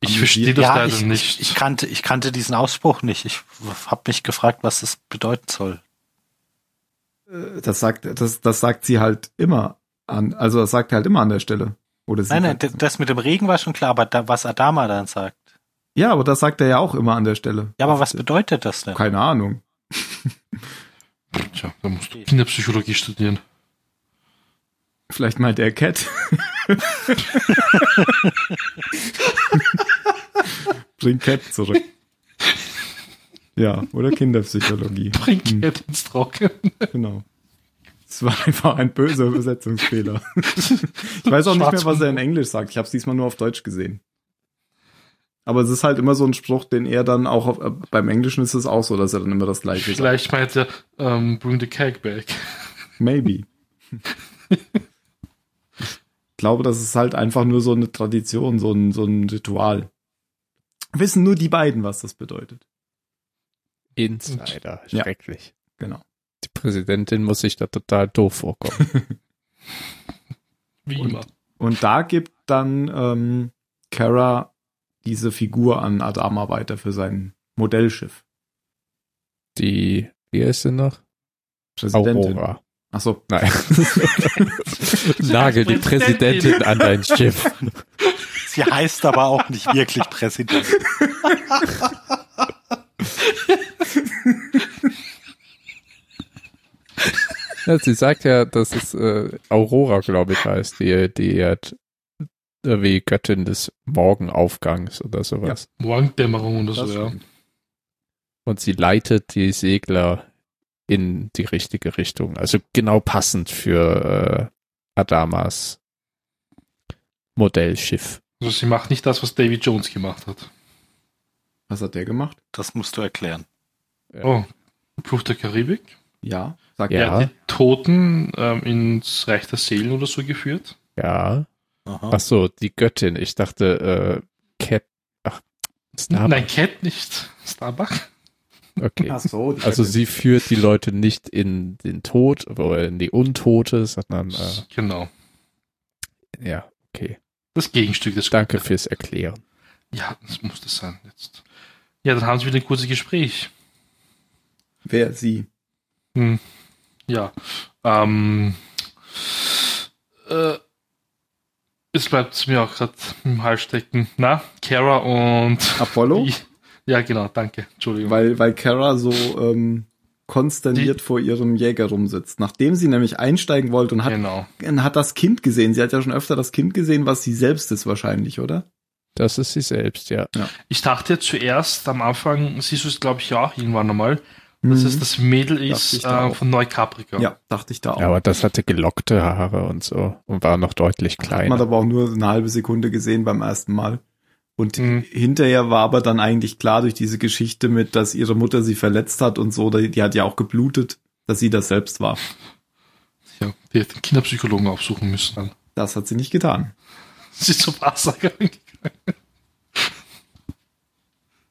E: Ich verstehe das
G: Ja,
E: leider
G: ich,
E: nicht.
G: ich, ich, kannte, ich kannte diesen Ausspruch nicht. Ich habe mich gefragt, was das bedeuten soll.
D: äh, das sagt, das, das sagt sie halt immer an, also das sagt er halt immer an der Stelle. Oder sie
G: Nein, nein,
D: sagt,
G: d- das mit dem Regen war schon klar, aber da, was Adama dann sagt.
D: ja, aber das sagt er ja auch immer an der Stelle.
G: Ja, aber was bedeutet das denn?
D: Keine Ahnung.
E: Tja, da musst du Kinderpsychologie studieren.
D: Vielleicht meint er Cat. Bring Cat zurück. Ja, oder Kinderpsychologie.
E: Bring
D: Hm,
E: Cat ins Trocken.
D: genau. Es war einfach ein böser Übersetzungsfehler. Ich weiß auch nicht mehr, was er in Englisch sagt. Ich habe es diesmal nur auf Deutsch gesehen. Aber es ist halt immer so ein Spruch, den er dann auch auf, äh, beim Englischen ist es auch so, dass er dann immer das gleiche sagt.
E: Vielleicht meint er, ähm, bring the cake back.
D: Maybe. ich glaube, das ist halt einfach nur so eine Tradition, so ein, so ein Ritual. Wissen nur die beiden, was das bedeutet.
F: Insider,
D: Ja.
F: schrecklich.
D: Genau.
F: Die Präsidentin muss sich da total doof vorkommen.
E: Wie
D: Und-
E: immer.
D: Und da gibt dann ähm, Kara diese Figur an Adama weiter für sein Modellschiff.
F: Die, wie heißt sie noch? Aurora.
D: Ach so.
F: Nein. Nagel die Präsidentin an dein Schiff.
G: Sie heißt aber auch nicht wirklich Präsident.
F: Ja, sie sagt ja, dass es äh, Aurora, glaube ich, heißt, die, die hat äh, wie Göttin des Morgenaufgangs oder sowas.
E: Morgendämmerung oder so,
D: Das
E: ja.
D: stimmt.
F: und sie leitet die Segler in die richtige Richtung. Also genau passend für äh, Adamas Modellschiff.
E: Also sie macht nicht das, was David Jones gemacht hat.
D: Was hat der gemacht?
G: Das musst du erklären.
F: Ja.
E: Oh, Fluch der Karibik.
D: Ja, sagt
F: Ja.
D: er.
E: Er hat die Toten ähm, ins Reich der Seelen oder so geführt.
F: Ja.
G: Aha.
F: Ach so, die Göttin. Ich dachte, äh, Cat. Ach, Starbuck.
E: Nein, Cat nicht. Starbuck.
F: Okay.
D: Ach so. die
F: Also
D: Göttin.
F: sie führt die Leute nicht in den Tod oder in die Untote, sondern äh,
E: Genau.
F: ja, okay.
E: Das Gegenstück des
F: Danke fürs Erklären.
E: Ja, das muss das sein jetzt. Ja, dann haben sie wieder ein kurzes Gespräch.
D: Wer sie?
E: Hm. Ja. Ähm, äh, es bleibt mir auch gerade im Hals stecken. Na, Kara und
D: Apollo?
E: Ja, genau, danke. Entschuldigung.
D: Weil, weil Kara so ähm, konsterniert vor ihrem Jäger rumsitzt, nachdem sie nämlich einsteigen wollte und hat,
E: Genau.
D: hat das Kind gesehen. Sie hat ja schon öfter das Kind gesehen, was sie selbst ist wahrscheinlich, oder?
F: Das ist sie selbst, ja.
E: Ich dachte ja zuerst am Anfang, siehst du es, glaube ich, ja auch irgendwann einmal, dass es das Mädel
D: Mhm. Dachte ich
E: ist
D: da
E: äh,
D: auch.
E: von Neukaprika.
D: ja, dachte ich da auch.
F: Ja, aber das hatte gelockte Haare und so und war noch deutlich
D: Hat man
F: kleiner.
D: aber auch nur eine halbe Sekunde gesehen beim ersten Mal. Und
E: Mhm.
D: hinterher war aber dann eigentlich klar durch diese Geschichte mit, dass ihre Mutter sie verletzt hat und so, die, die hat ja auch geblutet, dass sie das selbst war.
E: Ja, die hätte den Kinderpsychologen aufsuchen müssen. Dann.
D: Das hat sie nicht getan.
E: Sie ist zur Wahrsagerin gegangen.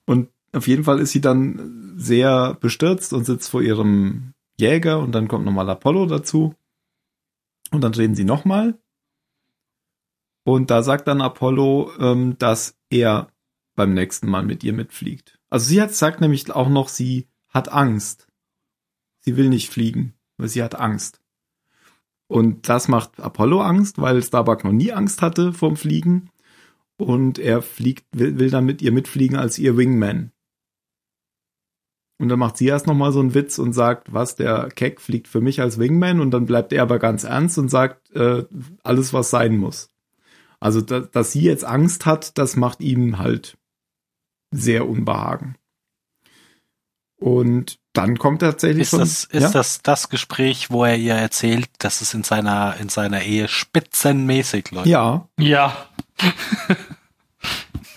D: Und auf jeden Fall ist sie dann sehr bestürzt und sitzt vor ihrem Jäger und dann kommt nochmal Apollo dazu. Und dann reden sie nochmal. Und da sagt dann Apollo, ähm, dass er beim nächsten Mal mit ihr mitfliegt. Also sie hat sagt nämlich auch noch, sie hat Angst. Sie will nicht fliegen, weil sie hat Angst. Und das macht Apollo Angst, weil Starbuck noch nie Angst hatte vom Fliegen. Und er fliegt, will, will dann mit ihr mitfliegen als ihr Wingman. Und dann macht sie erst nochmal so einen Witz und sagt, was, der Keck fliegt für mich als Wingman. Und dann bleibt er aber ganz ernst und sagt, äh, alles, was sein muss. Also, da, dass sie jetzt Angst hat, das macht ihm halt sehr Unbehagen. Und dann kommt tatsächlich
G: Ist
D: schon-
G: das, ist
D: ja?
G: das das Gespräch, wo er ihr erzählt, dass es in seiner, in seiner Ehe spitzenmäßig läuft?
D: Ja,
E: Ja,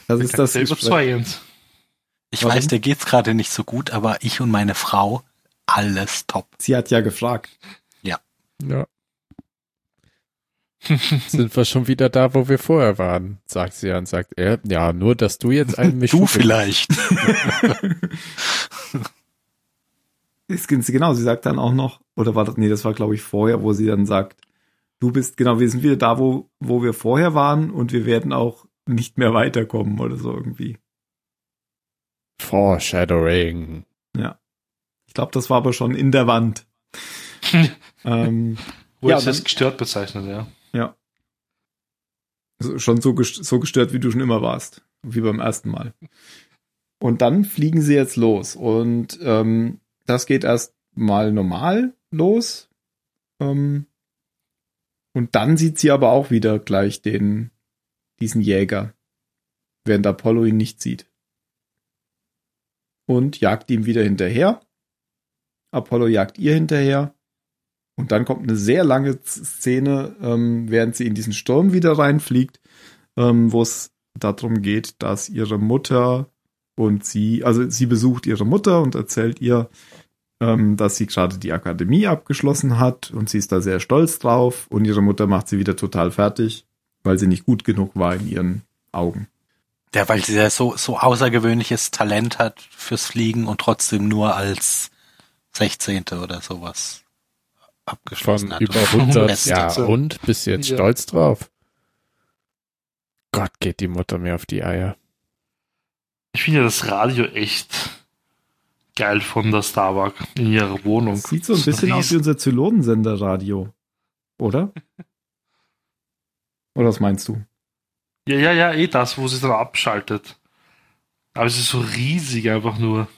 D: das ist das
E: sehr
D: Gespräch.
E: überzeugend.
G: Ich
D: Warum?
G: weiß, dir geht's gerade nicht so gut, aber ich und meine Frau, alles top.
D: Sie hat ja gefragt.
F: Ja. Sind wir schon wieder da, wo wir vorher waren, sagt sie ja und sagt er, ja, nur, dass du jetzt einen Mischung
G: Du vielleicht.
D: Ist ganz genau, sie sagt dann auch noch, oder war das, nee, das war glaube ich vorher, wo sie dann sagt, du bist, genau, wir sind wieder da, wo, wo wir vorher waren und wir werden auch nicht mehr weiterkommen oder so irgendwie.
F: Foreshadowing.
D: Ich glaube, das war aber schon in der Wand. ähm,
E: Wo
D: Ja,
E: ja, es
D: dann-
E: als gestört bezeichnet, ja.
D: so- schon so, gest so gestört, wie du schon immer warst, wie beim ersten Mal. Und dann fliegen sie jetzt los und ähm, das geht erst mal normal los. Ähm, und dann sieht sie aber auch wieder gleich den diesen Jäger, während Apollo ihn nicht sieht. Und jagt ihm wieder hinterher. Apollo jagt ihr hinterher. Und dann kommt eine sehr lange Z- Szene, ähm, während sie in diesen Sturm wieder reinfliegt, ähm, wo es darum geht, dass ihre Mutter und sie, also sie besucht ihre Mutter und erzählt ihr, ähm, dass sie gerade die Akademie abgeschlossen hat und sie ist da sehr stolz drauf und ihre Mutter macht sie wieder total fertig, weil sie nicht gut genug war in ihren Augen.
G: Ja, weil sie ja so, so außergewöhnliches Talent hat fürs Fliegen und trotzdem nur als 16. oder sowas abgeschlossen
F: Von
G: hat.
F: über
G: Und
F: 100
G: Beste.
F: Ja, und bis jetzt
E: Ja.
F: stolz drauf. Gott, geht die Mutter mir auf die Eier.
E: Ich finde ja das Radio echt geil von der Starbuck in ihrer Wohnung.
D: Das sieht so ein bisschen aus wie
E: Riesen-
D: unser Zylonensender-Radio, oder? Oder was meinst du?
E: Ja, ja, ja, eh das, wo sie dann abschaltet. Aber es ist so riesig einfach nur.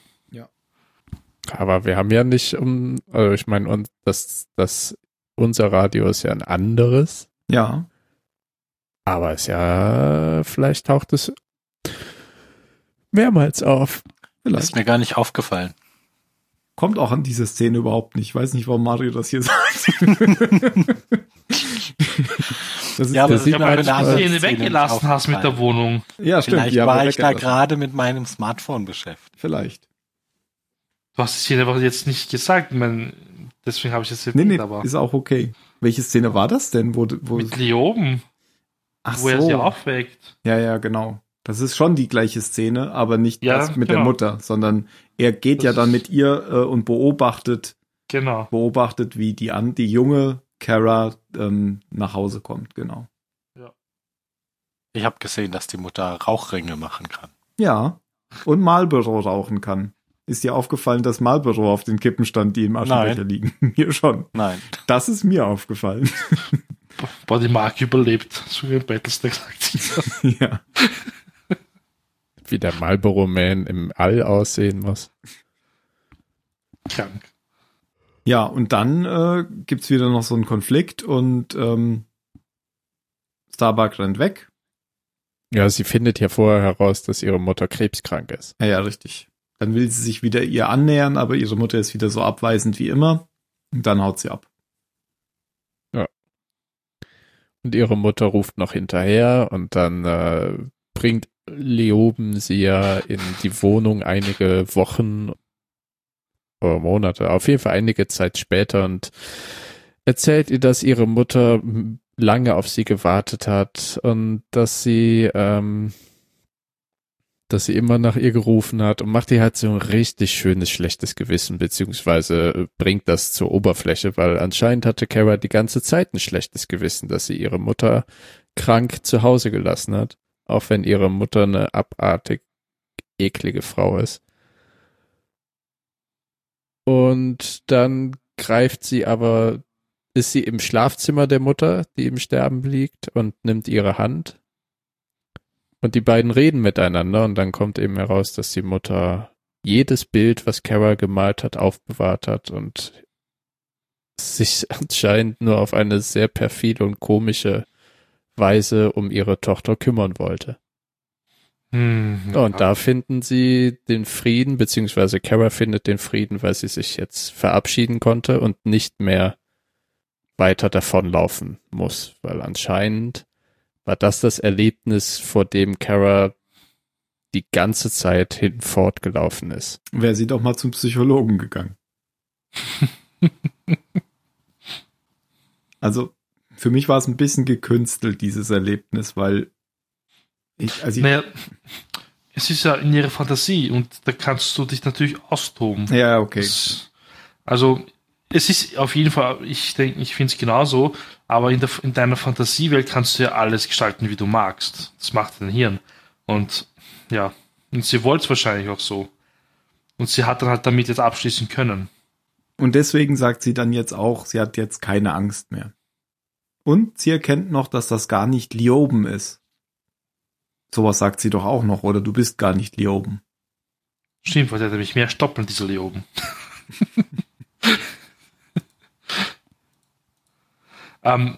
F: Aber wir haben ja nicht um, also ich meine, und das, das, unser Radio ist ja ein anderes,
D: Ja,
F: aber ist ja, vielleicht taucht es mehrmals auf.
G: Ist mir gar nicht aufgefallen.
D: Kommt auch an diese Szene überhaupt nicht. Ich weiß nicht, warum Mario das hier sagt. das ist
G: Ja, aber
F: der
G: das sieht
F: sieht
G: man
F: halt
G: bei der
F: aus,
E: Dass
G: anderen
E: du ihn
G: Szene
E: weggelassen hast mit der
G: aufgefallen.
E: Wohnung.
D: ja, stimmt.
G: Vielleicht
D: die haben
G: war
D: wir
G: ich da
D: weggelassen.
G: gerade mit meinem Smartphone beschäftigt.
D: Vielleicht.
E: Du hast es hier einfach jetzt nicht gesagt. Ich meine, deswegen habe ich es jetzt
D: Nee, nee,
E: aber.
D: ist auch okay. Welche Szene war das denn? Wo, wo,
E: Mit Leoben,
D: ach
E: wo er sie aufweckt.
D: Ja, ja, genau. Das ist schon die gleiche Szene, aber nicht
E: Ja,
D: das mit der
E: genau.
D: Mutter, sondern er geht
E: Das
D: ja dann
E: ist-
D: mit ihr äh, und beobachtet,
E: Genau.
D: beobachtet, wie die, an, die junge Kara ähm, nach Hause kommt, genau.
G: Ich habe gesehen, dass die Mutter Rauchringe machen kann.
D: Ja. Und Marlboro rauchen kann. Ist dir aufgefallen, dass Marlboro auf den Kippen stand, die im Aschenbecher liegen? Mir schon.
G: Nein.
D: Das ist mir aufgefallen.
E: Boah, die Mark überlebt. So wie im Battlestar gesagt.
D: ja.
F: Wie der Marlboro Man im All aussehen muss.
E: Krank.
D: Ja, und dann äh, gibt's wieder noch so einen Konflikt und ähm, Starbuck rennt weg.
F: Ja, sie findet ja vorher heraus, dass ihre Mutter krebskrank ist.
D: Ja, ja, richtig. Dann will sie sich wieder ihr annähern, aber ihre Mutter ist wieder so abweisend wie immer. Und dann haut sie ab.
F: Und ihre Mutter ruft noch hinterher und dann äh, bringt Leoben sie ja in die Wohnung einige Wochen oder Monate, auf jeden Fall einige Zeit später und erzählt ihr, dass ihre Mutter m- lange auf sie gewartet hat und dass sie, ähm, dass sie immer nach ihr gerufen hat und macht ihr halt so ein richtig schönes schlechtes Gewissen, beziehungsweise äh, bringt das zur Oberfläche, weil anscheinend hatte Kara die ganze Zeit ein schlechtes Gewissen, dass sie ihre Mutter krank zu Hause gelassen hat, auch wenn ihre Mutter eine abartig eklige Frau ist. Und dann greift sie aber, ist sie im Schlafzimmer der Mutter, die im Sterben liegt, und nimmt ihre Hand. Und die beiden reden miteinander und dann kommt eben heraus, dass die Mutter jedes Bild, was Carol gemalt hat, aufbewahrt hat und sich anscheinend nur auf eine sehr perfide und komische Weise um ihre Tochter kümmern wollte.
E: Hm,
F: Und da finden sie den Frieden, beziehungsweise Kara findet den Frieden, weil sie sich jetzt verabschieden konnte und nicht mehr weiter davonlaufen muss, weil anscheinend war das das Erlebnis, vor dem Kara die ganze Zeit hinfort gelaufen ist.
D: Wäre sie doch mal zum Psychologen gegangen. also, für mich war es ein bisschen gekünstelt, dieses Erlebnis, weil ich, also ich,
E: Naja, es ist ja in ihrer Fantasie und da kannst du dich natürlich austoben.
D: ja, okay.
E: Das- Also, es ist auf jeden Fall, ich denke, ich finde es genauso, aber in, der, in deiner Fantasiewelt kannst du ja alles gestalten, wie du magst. Das macht dein Hirn. Und ja, und sie wollte es wahrscheinlich auch so. Und sie hat dann halt damit jetzt abschließen können.
D: Und deswegen sagt sie dann jetzt auch, sie hat jetzt keine Angst mehr. Und sie erkennt noch, dass das gar nicht Lioben ist. Sowas sagt sie doch auch noch, oder du bist gar nicht Lioben.
E: Stimmt, weil der hat nämlich mehr Stoppeln, dieser hier oben. ähm,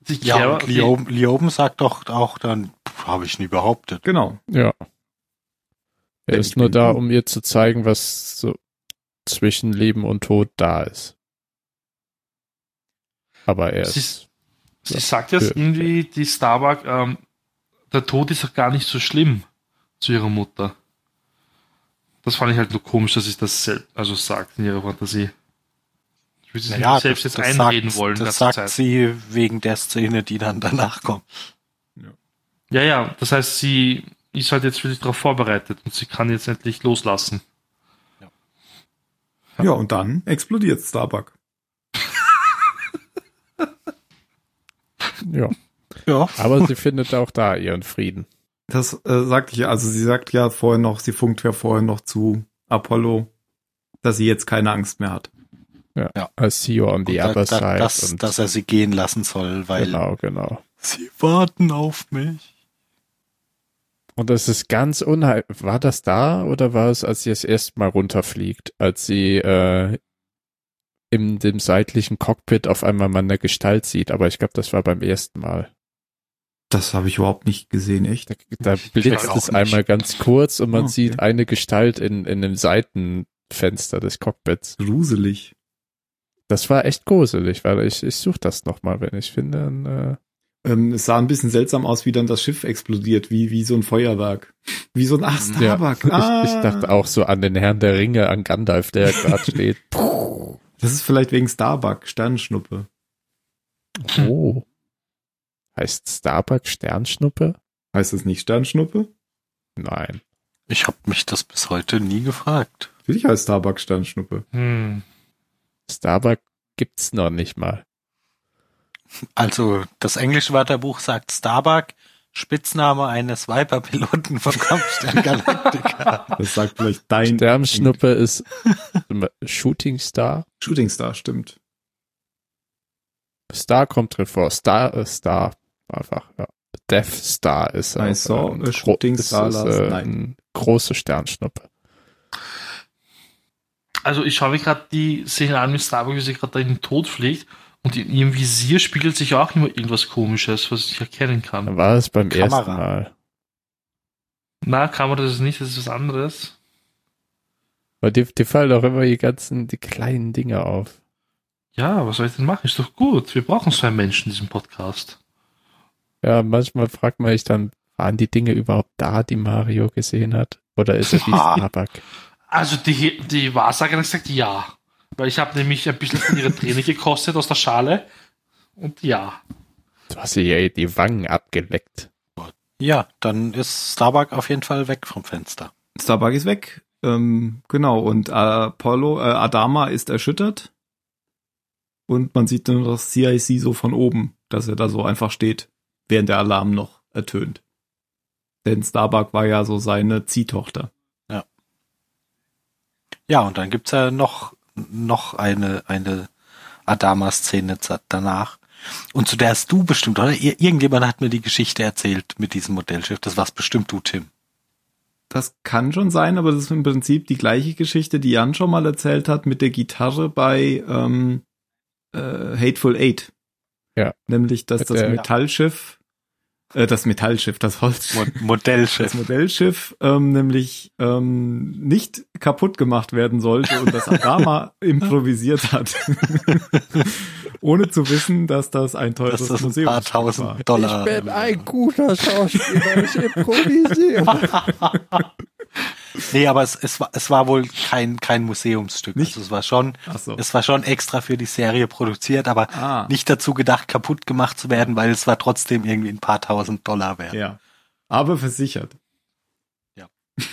E: die
G: Ja,
E: Chiara-
G: und Lioben, Lioben sagt doch auch dann, habe ich nie behauptet.
D: Genau.
F: Ja. Er
D: Denn ich
F: ist nur
D: bin
F: da,
D: du.
F: um ihr zu zeigen, was so zwischen Leben und Tod da ist. Aber er
E: Sie-
F: ist
E: Sie sagt jetzt
F: Ja.
E: irgendwie, die Starbuck, ähm, der Tod ist doch gar nicht so schlimm zu ihrer Mutter. Das fand ich halt nur komisch, dass ich das selbst, also sagt in ihrer Fantasie. Ich würde sie
G: Naja,
E: nicht selbst jetzt einreden
G: sagt,
E: wollen.
G: Das
E: ganze
G: sagt
E: Zeit.
G: sie wegen der Szene, die dann danach kommt.
E: Ja, ja, das heißt, sie ist halt jetzt wirklich darauf vorbereitet und sie kann jetzt endlich loslassen.
D: Ja, und dann explodiert Starbuck.
F: ja.
G: Ja.
F: Aber sie findet auch da ihren Frieden.
D: Das äh, sagte ich ja, also sie sagt ja vorher noch, sie funkt ja vorher noch zu Apollo, dass sie jetzt keine Angst mehr hat.
F: I see you on the
G: Und
F: other
G: da, da,
F: side.
G: dass,
F: und
G: dass er sie gehen lassen soll, weil
F: genau, genau.
G: sie warten auf mich.
F: Und das ist ganz unheil. War das da oder war es, als sie das erste Mal runterfliegt, als sie äh, in dem seitlichen Cockpit auf einmal mal eine Gestalt sieht? Aber ich glaube, das war beim ersten Mal.
D: Das habe ich überhaupt nicht gesehen, echt.
F: Da, da blitzt
G: auch
F: es
G: nicht. Ah,
F: einmal ganz kurz und man
D: Okay.
F: sieht eine Gestalt in, in einem Seitenfenster des Cockpits.
D: Gruselig.
F: Das war echt gruselig, weil ich, ich suche das nochmal, wenn ich finde. Dann, äh,
D: Ähm, es sah ein bisschen seltsam aus, wie dann das Schiff explodiert, wie, wie so ein Feuerwerk. Wie so ein Ach,
F: ja,
D: Starbuck. ah.
F: ich, ich dachte auch so an den Herrn der Ringe, an Gandalf, der gerade steht.
D: Das ist vielleicht wegen Starbuck, Sternschnuppe.
F: Oh. Heißt Starbuck Sternschnuppe?
D: Heißt das nicht Sternschnuppe?
F: Nein.
G: Ich habe mich das bis heute nie gefragt.
D: Natürlich heißt Starbuck Sternschnuppe.
E: Hm.
F: Starbuck gibt's noch nicht mal.
G: Also das englische Wörterbuch sagt Starbuck, Spitzname eines Viper-Piloten vom Kampfstern Galactica.
D: Das sagt vielleicht dein
F: Sternschnuppe ist Shooting Star.
D: Shooting Star, stimmt.
F: Star kommt drin vor. Star, äh, Star. Einfach, ja. Death Star ist äh,
D: I saw a shooting star last night.
F: eine große Sternschnuppe.
E: Also ich schaue mir gerade die Szene an mit Starbuck, wie sie gerade da in den Tod fliegt. Und in ihrem Visier spiegelt sich auch immer irgendwas komisches, was ich erkennen kann.
F: War es beim
G: Kamera.
F: ersten Mal.
E: Na, Kamera das ist nicht, das ist was anderes.
F: Weil dir, dir fallen doch immer die ganzen, die kleinen Dinge auf.
E: Ja, was soll ich denn machen? Ist doch gut. Wir brauchen zwei Menschen in diesem Podcast.
F: Ja, manchmal fragt man sich dann, waren die Dinge überhaupt da, die Mario gesehen hat? Oder ist es wie
G: Ha.
F: Starbuck?
E: Also die, die Wahrsagerin sagt ja. Weil ich habe nämlich ein bisschen von ihrer Träne gekostet aus der Schale. Und ja.
F: Du hast ihr ja die Wangen abgeleckt.
G: Ja, dann ist Starbuck auf jeden Fall weg vom Fenster.
D: Starbuck ist weg. Ähm, genau, und Apollo, äh, Adama ist erschüttert. Und man sieht nur das CIC so von oben, dass er da so einfach steht, während der Alarm noch ertönt. Denn Starbuck war ja so seine Ziehtochter.
G: Ja, und dann gibt's ja noch, noch eine, eine Adama-Szene za- danach. Und zu der hast du bestimmt, oder? Ir irgendjemand hat mir die Geschichte erzählt mit diesem Modellschiff. Das warst bestimmt du, Tim.
D: Das kann schon sein, aber das ist im Prinzip die gleiche Geschichte, die Jan schon mal erzählt hat mit der Gitarre bei ähm, äh, Hateful Eight.
F: Ja.
D: Nämlich, dass
F: Mit
D: das
F: der-
D: Metallschiff, äh, das Metallschiff, das Holzschiff,
G: Mo Modellschiff.
D: das Modellschiff ähm, nämlich ähm, nicht kaputt gemacht werden sollte und das Adama improvisiert hat. Ohne zu wissen, dass das ein teures
G: dass das ein
D: Museum
G: paar
D: war.
G: tausend Dollar.
E: Ähm.
F: guter Schauspieler, ich improvisiere.
G: nee, aber es, es, war, es war wohl kein, kein Museumsstück.
D: Nicht?
G: Also es war schon,
D: Ach so.
G: es war schon extra für die Serie produziert, aber
D: Ah.
G: nicht dazu gedacht, kaputt gemacht zu werden, weil es war trotzdem irgendwie ein paar tausend Dollar wert.
D: Ja. Aber versichert.
G: Ja.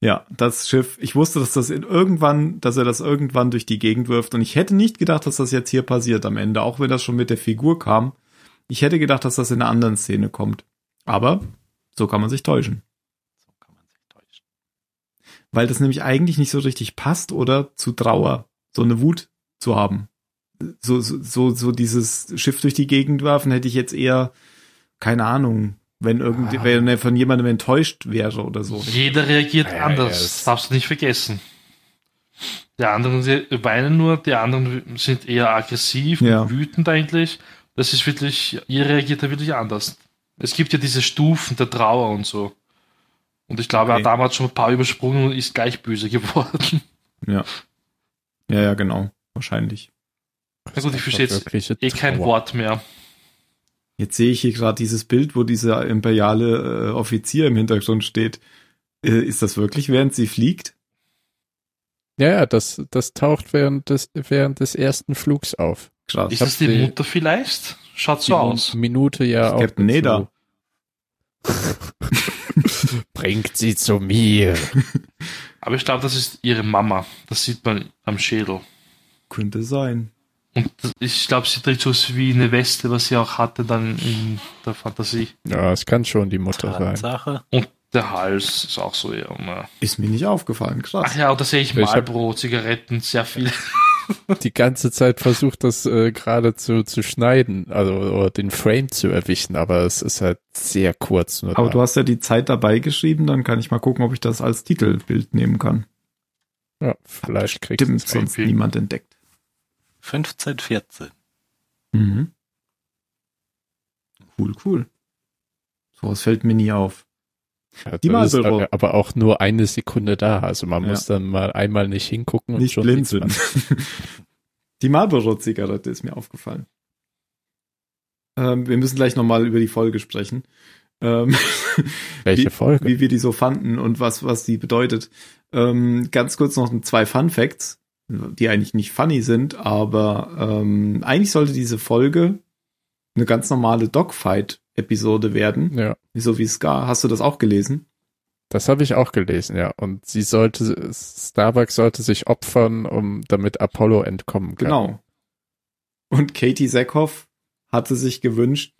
D: ja, das Schiff, ich wusste, dass das in irgendwann, dass er das irgendwann durch die Gegend wirft und ich hätte nicht gedacht, dass das jetzt hier passiert am Ende, auch wenn das schon mit der Figur kam. Ich hätte gedacht, dass das in einer anderen Szene kommt. Aber so kann man sich täuschen.
G: So kann man sich täuschen.
D: Weil das nämlich eigentlich nicht so richtig passt oder zu Trauer, so eine Wut zu haben. So, so, so, so dieses Schiff durch die Gegend werfen hätte ich jetzt eher, keine Ahnung, wenn irgend,
F: Ah.
D: wenn er von jemandem enttäuscht wäre oder so.
E: Jeder reagiert
F: Ja, ja,
E: anders.
F: ja, das-
E: das darfst du nicht vergessen. Die anderen se- weinen nur, die anderen sind eher aggressiv, und
D: Ja.
E: wütend eigentlich. Das ist wirklich, ihr reagiert da wirklich anders. Es gibt ja diese Stufen der Trauer und so. Und ich glaube,
D: Okay.
E: Adam hat schon ein paar übersprungen und ist gleich böse geworden.
D: Ja. Ja, ja, genau. Wahrscheinlich.
E: Na gut, ich verstehe jetzt Eh kein Wort mehr.
D: Jetzt sehe ich hier gerade dieses Bild, wo dieser imperiale äh, Offizier im Hintergrund steht. Äh, ist das wirklich, während sie fliegt?
F: Ja, ja, das, das taucht während des, während des ersten Flugs auf.
D: Krass.
E: Ist
F: hab
E: das die
F: die-
E: Mutter vielleicht? Schaut so aus.
F: Minute ja auch.
D: Captain Neda.
F: dazu. Bringt sie zu mir.
E: Aber ich glaube, das ist ihre Mama. Das sieht man am Schädel.
D: Könnte sein.
E: Und das- ich glaube, sie trägt sowas wie eine Weste, was sie auch hatte dann in der Fantasie.
F: Ja, es kann schon die Mutter sein.
G: Tatsache.
E: Und der Hals ist auch so eher. Ne?
D: Ist mir nicht aufgefallen.
E: Ach
D: Krass.
E: ja, und da sehe ich
F: Ich hab-
E: Marlboro, Zigaretten, sehr viel.
F: Die ganze Zeit versucht das äh, gerade zu, zu schneiden, also oder den Frame zu erwischen, aber es ist halt sehr kurz. Nur
D: Aber
F: da.
D: du hast ja die Zeit dabei geschrieben, dann kann ich mal gucken, ob ich das als Titelbild nehmen kann.
F: ja, vielleicht kriegst du
D: Stimmt,
F: es. hin.
D: sonst
E: irgendwie.
D: niemand entdeckt.
G: 15, 14.
D: Mhm. Cool, cool. Sowas fällt mir nie auf.
F: Ja,
D: Die
F: du bist
D: Marlboro.
F: aber- aber auch nur eine Sekunde da. Also man
D: Ja.
F: muss dann mal einmal nicht hingucken
D: Nicht
F: sieht
D: blinzeln.
F: man-
D: die Marlboro-Zigarette ist mir aufgefallen. Ähm, wir müssen gleich nochmal über die Folge sprechen. Ähm,
F: Welche
D: wie,
F: Folge?
D: Wie wir die so fanden und was, was die bedeutet. Ähm, ganz kurz noch zwei Fun Facts, die eigentlich nicht funny sind, aber ähm, eigentlich sollte diese Folge eine ganz normale Dogfight-Episode werden.
F: ja.
D: So wie Scar. Hast du das auch gelesen?
F: Das habe ich auch gelesen, ja. Und sie sollte, Starbuck sollte sich opfern, um damit Apollo entkommen kann.
D: Genau. Und Katie Sackhoff hatte sich gewünscht,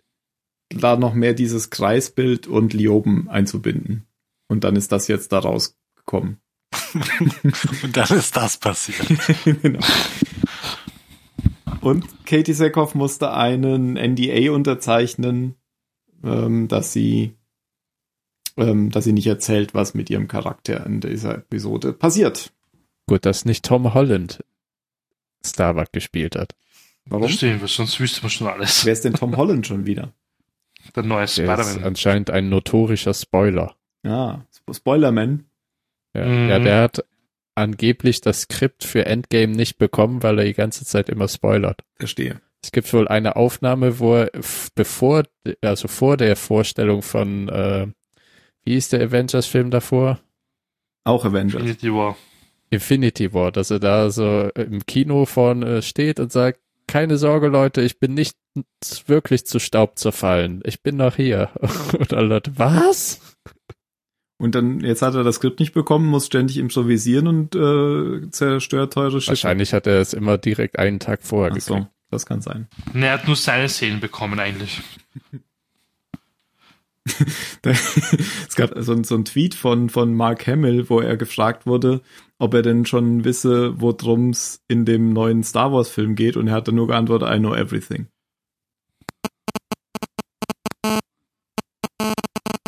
D: da noch mehr dieses Kreisbild und Lioben einzubinden. Und dann ist das jetzt da rausgekommen.
G: Und dann ist das passiert.
D: genau. Und Katie Sackhoff musste einen NDA unterzeichnen, ähm, dass sie ähm, dass sie nicht erzählt, was mit ihrem Charakter in dieser Episode passiert.
F: Gut, dass nicht Tom Holland Starbuck gespielt hat.
D: Warum?
E: Verstehen wir, sonst wüsste man schon alles.
D: Wer ist denn Tom Holland schon wieder?
E: Der neue
F: Der ist
E: Spider-Man.
F: anscheinend ein notorischer Spoiler.
D: Ja, Spo- Spoilerman.
F: Ja,
E: Mhm.
F: ja, der hat angeblich das Skript für Endgame nicht bekommen, weil er die ganze Zeit immer spoilert.
D: Verstehe.
F: Es gibt wohl eine Aufnahme, wo er f- bevor, also vor der Vorstellung von, äh, wie ist der Avengers-Film davor?
D: Auch Avengers.
E: Infinity War.
F: Infinity War, dass er da so im Kino vorne äh, steht und sagt, keine Sorge, Leute, ich bin nicht wirklich zu Staub zerfallen. Ich bin noch hier. Und alle Leute, was?
D: Und dann, jetzt hat er das Skript nicht bekommen, muss ständig improvisieren und äh, zerstört teure Schiffe.
F: Wahrscheinlich hat er es immer direkt einen Tag vorher
D: Ach so,
F: gekriegt.
D: das kann sein.
E: Ne, er hat nur seine Szenen bekommen eigentlich.
D: es gab so, ein- so ein Tweet von, von Mark Hamill, wo er gefragt wurde, ob er denn schon wisse, worum es in dem neuen Star Wars Film geht. Und er hat dann nur geantwortet, I know everything.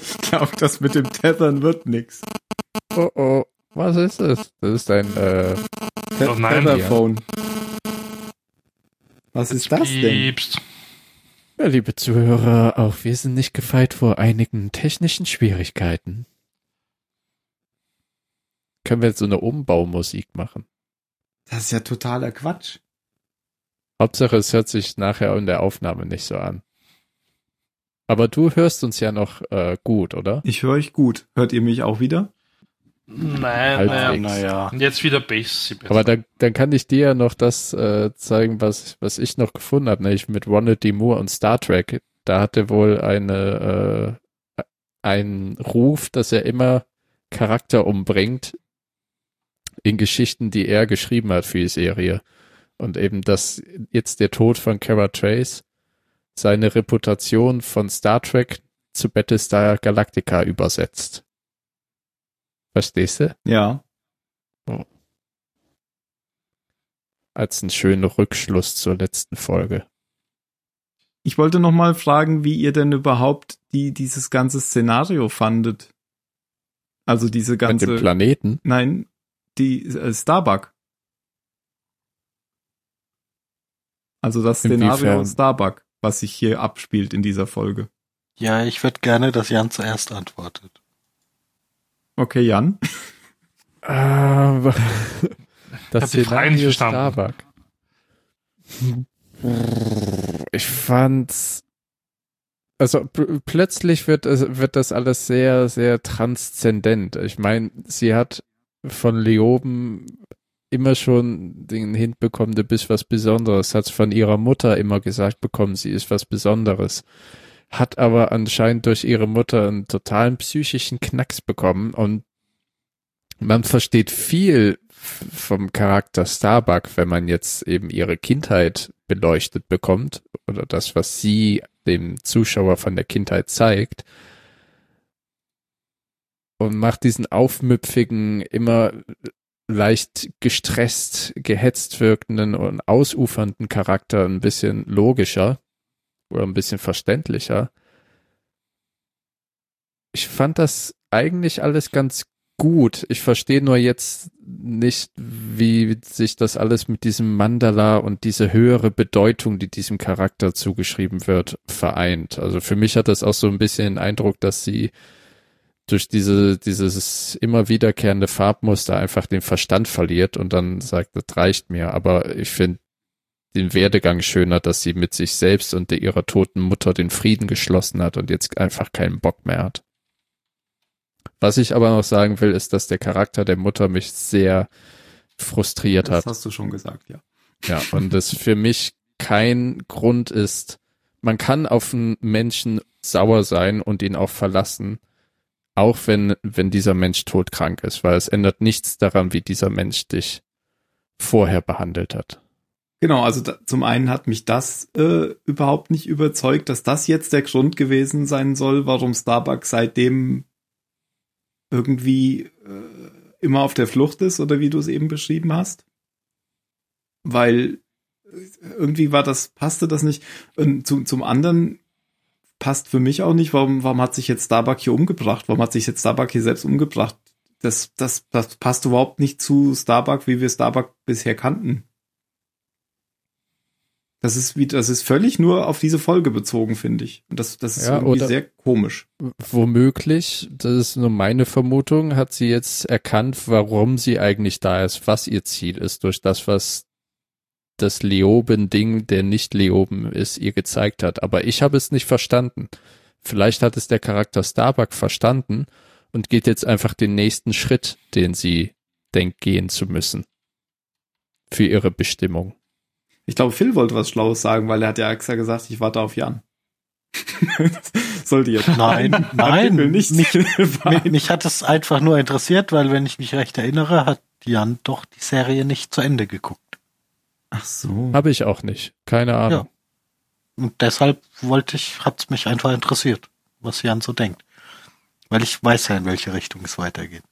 D: Ich glaube, das mit dem Tethern wird nix.
F: Oh oh, was ist das? Das ist ein, äh,
D: Te-
E: Oh nein.
D: Tetherphone. Was ist das denn?
E: Piepst.
F: ja, liebe Zuhörer, auch wir sind nicht gefeit vor einigen technischen Schwierigkeiten. Können wir jetzt so eine Umbaumusik machen?
D: Das ist ja totaler Quatsch.
F: Hauptsache, es hört sich nachher in der Aufnahme nicht so an. Aber du hörst uns ja noch äh, gut, oder?
D: Ich höre euch gut. Hört ihr mich auch wieder?
E: Nein,
F: Halbwegs.
G: Ja,
E: naja.
G: naja.
E: Jetzt wieder Bass. Sebastian.
F: Aber dann, dann kann ich dir ja noch das äh, zeigen, was, was ich noch gefunden habe, nämlich mit Ronald D. Moore und Star Trek. Da hatte wohl eine, äh, ein Ruf, dass er immer Charakter umbringt in Geschichten, die er geschrieben hat für die Serie. Und eben, dass jetzt der Tod von Kara Trace seine Reputation von Star Trek zu Battlestar Galactica übersetzt. Verstehst du?
D: Ja.
F: als einen schönen Rückschluss zur letzten Folge.
D: Ich wollte noch mal fragen, wie ihr denn überhaupt die, dieses ganze Szenario fandet. Also diese
F: Mit dem
D: ganze.
F: Planeten.
D: Nein, die äh, Starbuck. Also das Szenario
F: Inwiefern?
D: Starbuck, was sich hier abspielt in dieser Folge.
G: Ja, ich würde gerne, dass Jan zuerst antwortet.
D: Okay, Jan.
F: Ah,
E: Äh, hab die Frage nicht verstanden.
F: Starbuck. Ich fand's. Also pl- plötzlich wird, es- wird das alles sehr, sehr transzendent. Ich meine, sie hat von Leoben immer schon den Hint bekommen, du bist was Besonderes. Hat von ihrer Mutter immer gesagt bekommen, sie ist was Besonderes. Hat aber anscheinend durch ihre Mutter einen totalen psychischen Knacks bekommen und man versteht viel f- vom Charakter Starbuck, wenn man jetzt eben ihre Kindheit beleuchtet bekommt oder das, was sie dem Zuschauer von der Kindheit zeigt. Und macht diesen aufmüpfigen, immer leicht gestresst, gehetzt wirkenden und ausufernden Charakter ein bisschen logischer oder ein bisschen verständlicher. Ich fand das eigentlich alles ganz gut. Ich verstehe nur jetzt nicht, wie sich das alles mit diesem Mandala und diese höhere Bedeutung, die diesem Charakter zugeschrieben wird, vereint. Also für mich hat das auch so ein bisschen den Eindruck, dass sie durch diese, dieses immer wiederkehrende Farbmuster einfach den Verstand verliert und dann sagt, das reicht mir. Aber ich finde den Werdegang schöner, dass sie mit sich selbst und der ihrer toten Mutter den Frieden geschlossen hat und jetzt einfach keinen Bock mehr hat. Was ich aber noch sagen will, ist, dass der Charakter der Mutter mich sehr frustriert
D: Das
F: hat.
D: hast du schon gesagt, ja.
F: Ja, und das für mich kein Grund ist, man kann auf einen Menschen sauer sein und ihn auch verlassen, auch wenn, wenn dieser Mensch todkrank ist, weil es ändert nichts daran, wie dieser Mensch dich vorher behandelt hat.
D: Genau, also da, zum einen hat mich das äh, überhaupt nicht überzeugt, dass das jetzt der Grund gewesen sein soll, warum Starbuck seitdem irgendwie äh, immer auf der Flucht ist oder wie du es eben beschrieben hast. Weil äh, irgendwie war das, passte das nicht. Und zum, zum anderen passt für mich auch nicht. Warum, warum hat sich jetzt Starbuck hier umgebracht? Warum hat sich jetzt Starbuck hier selbst umgebracht? Das, das, das passt überhaupt nicht zu Starbuck, wie wir Starbuck bisher kannten. Das ist wie, das ist völlig nur auf diese Folge bezogen, finde ich. Und das, das ist
F: Ja,
D: irgendwie
F: oder-
D: sehr komisch.
F: Womöglich, das ist nur meine Vermutung, hat sie jetzt erkannt, warum sie eigentlich da ist, was ihr Ziel ist, durch das, was das Leoben-Ding, der nicht Leoben ist, ihr gezeigt hat. Aber ich habe es nicht verstanden. Vielleicht hat es der Charakter Starbuck verstanden und geht jetzt einfach den nächsten Schritt, den sie denkt, gehen zu müssen. Für ihre Bestimmung.
D: Ich glaube, Phil wollte was Schlaues sagen, weil er hat ja extra gesagt, ich warte auf Jan. Sollte jetzt.
G: Nein, nein,
D: Artikel nicht.
G: mich-
D: Nein.
G: Mich, mich hat es einfach nur interessiert, weil wenn ich mich recht erinnere, hat Jan doch die Serie nicht zu Ende geguckt.
D: Ach so.
F: Habe ich auch nicht. Keine Ahnung.
G: Und deshalb wollte ich, hat es mich einfach interessiert, was Jan so denkt. Weil ich weiß ja, in welche Richtung es weitergeht.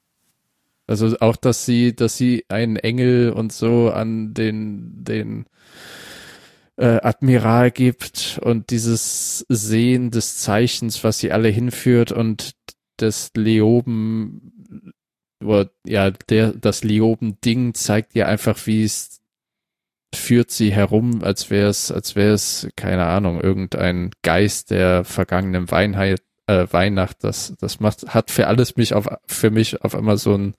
F: Also auch, dass sie, dass sie einen Engel und so an den, den äh, Admiral gibt und dieses Sehen des Zeichens, was sie alle hinführt und das Leoben, oder, ja, der, das Leoben-Ding zeigt ihr einfach, wie es führt sie herum, als wäre es, als wäre es, keine Ahnung, irgendein Geist der vergangenen Weinheit, äh, Weihnacht. Das, das macht, hat für alles mich auf, für mich auf einmal so einen,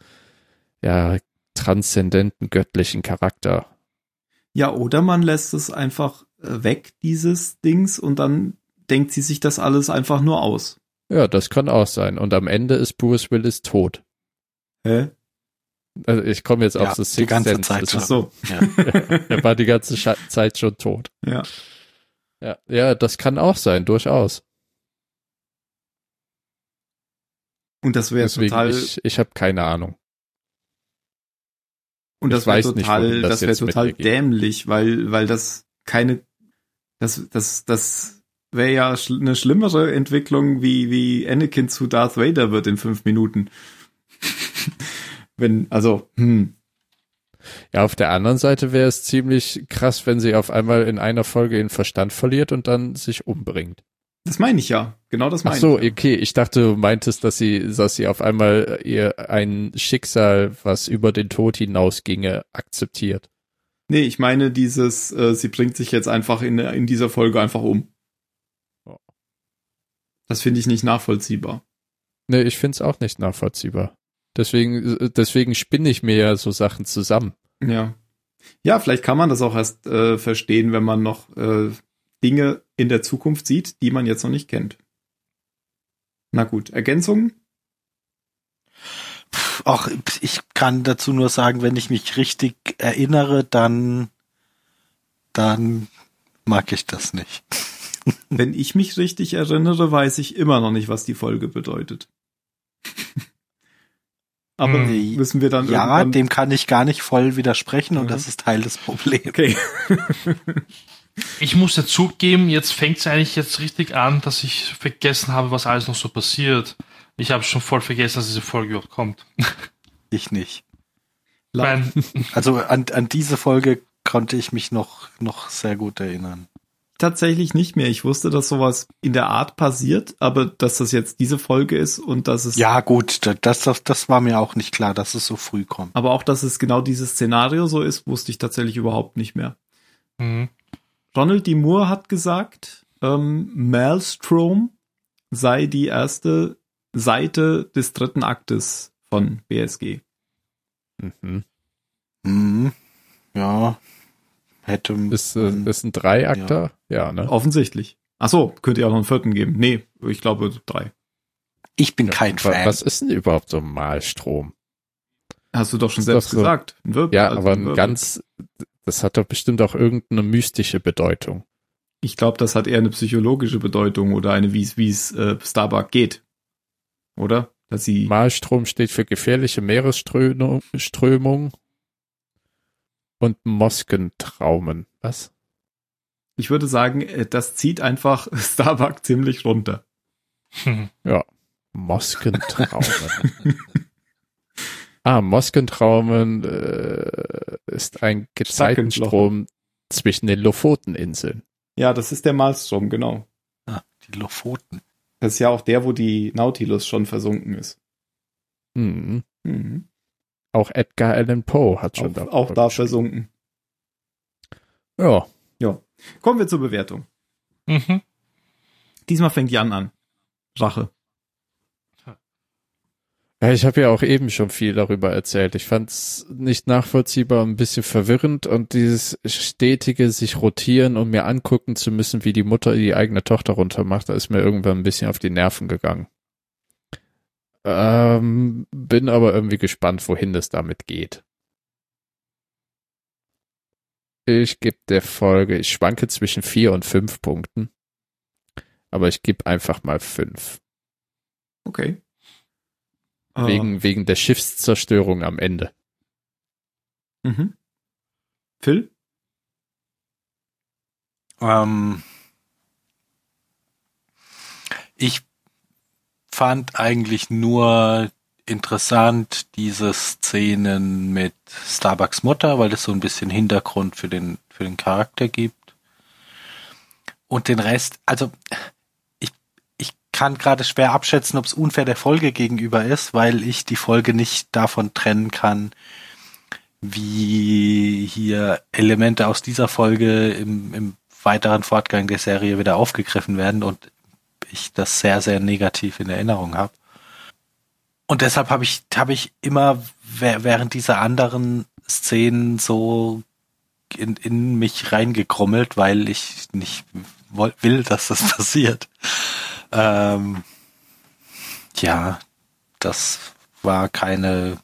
F: ja, transzendenten, göttlichen Charakter.
D: Ja, oder man lässt es einfach äh, weg, dieses Dings, und dann denkt sie sich das alles einfach nur aus.
F: Ja, das kann auch sein. Und am Ende ist Bruce Willis tot.
D: Hä?
F: Also ich komme jetzt auf
G: Ja,
F: das
G: die
F: Sixth
G: ganze
F: Sense.
G: Zeit
F: Das
G: schon.
D: Ach
F: ist-
D: so.
G: Ja.
F: Er war die ganze Scha Zeit schon tot.
D: Ja.
F: Ja, ja, das kann auch sein, durchaus.
D: Und das wäre
F: Deswegen,
D: total,
F: ich, ich habe keine Ahnung.
D: und das
F: ich
D: wäre
F: weiß nicht,
D: total,
F: wohin das
D: das, wäre
F: jetzt mit
D: total
F: mir geht.
D: dämlich, weil, weil das keine, das, das, das wäre ja schl eine schlimmere Entwicklung, wie, wie Anakin zu Darth Vader wird in fünf Minuten. Wenn, also, hm,
F: Ja, auf der anderen Seite wäre es ziemlich krass, wenn sie auf einmal in einer Folge den Verstand verliert und dann sich umbringt.
D: das meine ich ja. Genau das
F: Ach
D: meine
F: so,
D: ich. ja.
F: okay. Ich dachte, du meintest, dass sie, dass sie auf einmal ihr ein Schicksal, was über den Tod hinausginge, akzeptiert.
D: Nee, ich meine dieses, äh, sie bringt sich jetzt einfach in, in dieser Folge einfach um.
F: Ja.
D: Das finde ich nicht nachvollziehbar.
F: Nee, ich find's auch nicht nachvollziehbar. Deswegen, deswegen spinne ich mir ja so Sachen zusammen.
D: Ja. Ja, vielleicht kann man das auch erst äh, verstehen, wenn man noch äh, Dinge in der Zukunft sieht, die man jetzt noch nicht kennt. Na gut, Ergänzungen?
G: Pff, Auch ich kann dazu nur sagen, wenn ich mich richtig erinnere, dann, dann mag ich das nicht.
D: Wenn ich mich richtig erinnere, weiß ich immer noch nicht, was die Folge bedeutet. Aber
G: Hm.
D: müssen wir dann
G: Ja,
D: irgendwann...
G: dem kann ich gar nicht voll widersprechen und
D: Mhm.
G: das ist Teil des Problems.
D: okay.
E: Ich muss ja zugeben, jetzt fängt es eigentlich jetzt richtig an, dass ich vergessen habe, was alles noch so passiert. Ich habe schon voll vergessen, dass diese Folge überhaupt kommt.
G: Ich nicht.
E: Ich mein,
G: Also an, an diese Folge konnte ich mich noch, noch sehr gut erinnern.
D: tatsächlich nicht mehr. Ich wusste, dass sowas in der Art passiert, aber dass das jetzt diese Folge ist und dass es,
G: Ja, gut, da- das, das, das war mir auch nicht klar, dass es so früh kommt.
D: aber auch, dass es genau dieses Szenario so ist, wusste ich tatsächlich überhaupt nicht mehr.
E: mhm.
D: Ronald D. Moore hat gesagt, ähm, Maelstrom sei die erste Seite des dritten Aktes von BSG.
F: Mhm.
G: Mhm. Ja, hätte.
F: Ist, äh,
G: Mhm.
F: ist ein Dreiakter? Ja, ne?
D: Offensichtlich. Ach so, könnte ja auch noch einen vierten geben. Nee, ich glaube drei.
G: ich bin kein
F: Wa-
G: Fan.
F: Was ist denn überhaupt so ein Malstrom?
D: Hast du doch schon
F: Ist
D: selbst
F: doch so.
D: gesagt. Ein Wirbel,
F: Ja,
D: also
F: aber
D: ein
F: ein
G: äh,
D: Wirbel.
F: ganz, das hat doch bestimmt auch irgendeine mystische Bedeutung.
D: Ich glaube, das hat eher eine psychologische Bedeutung oder eine, wie es wie es äh, Starbuck geht. Oder? Dass sie.
F: Malstrom steht für gefährliche Meeresströmung Strömung und Moskentraumen. Was?
D: Ich würde sagen, äh, das zieht einfach Starbuck ziemlich runter.
E: Hm.
F: Moskentraumen. ah, Moskentraumen äh, ist ein Gezeitenstrom zwischen den Lofoteninseln.
D: Ja, das ist der Malstrom, genau.
G: Ah, Die Lofoten.
D: Das ist ja auch der, wo die Nautilus schon versunken ist.
F: Mhm.
D: Mhm.
F: Auch Edgar Allan Poe hat schon
D: Auch, auch da
F: geschrieben.
D: versunken.
F: Ja.
D: Kommen wir zur Bewertung.
E: Mhm.
D: Diesmal fängt Jan an. Rache.
F: Ja, ich habe ja auch eben schon viel darüber erzählt. Ich fand es nicht nachvollziehbar, ein bisschen verwirrend und dieses stetige sich rotieren und mir angucken zu müssen, wie die Mutter die eigene Tochter runtermacht, da ist mir irgendwann ein bisschen auf die Nerven gegangen. Ähm, bin aber irgendwie gespannt, wohin das damit geht. Ich gebe der Folge, ich schwanke zwischen vier und fünf Punkten, aber ich gebe einfach mal fünf.
D: Okay. Äh, Ah.
F: Wegen, wegen der Schiffszerstörung am Ende.
D: Ähm, mhm. Phil?
G: Ähm, ich fand eigentlich nur interessant diese Szenen mit Starbucks Mutter, weil es so ein bisschen Hintergrund für den, für den Charakter gibt. Und den Rest, also ich, ich kann gerade schwer abschätzen, ob es unfair der Folge gegenüber ist, weil ich die Folge nicht davon trennen kann, wie hier Elemente aus dieser Folge im, im weiteren Fortgang der Serie wieder aufgegriffen werden und ich das sehr, sehr negativ in Erinnerung habe. Und deshalb habe ich, habe ich immer wä- während dieser anderen Szenen so in, in mich reingekrummelt, weil ich nicht woll- will, dass das passiert. Ähm, ja, das war keine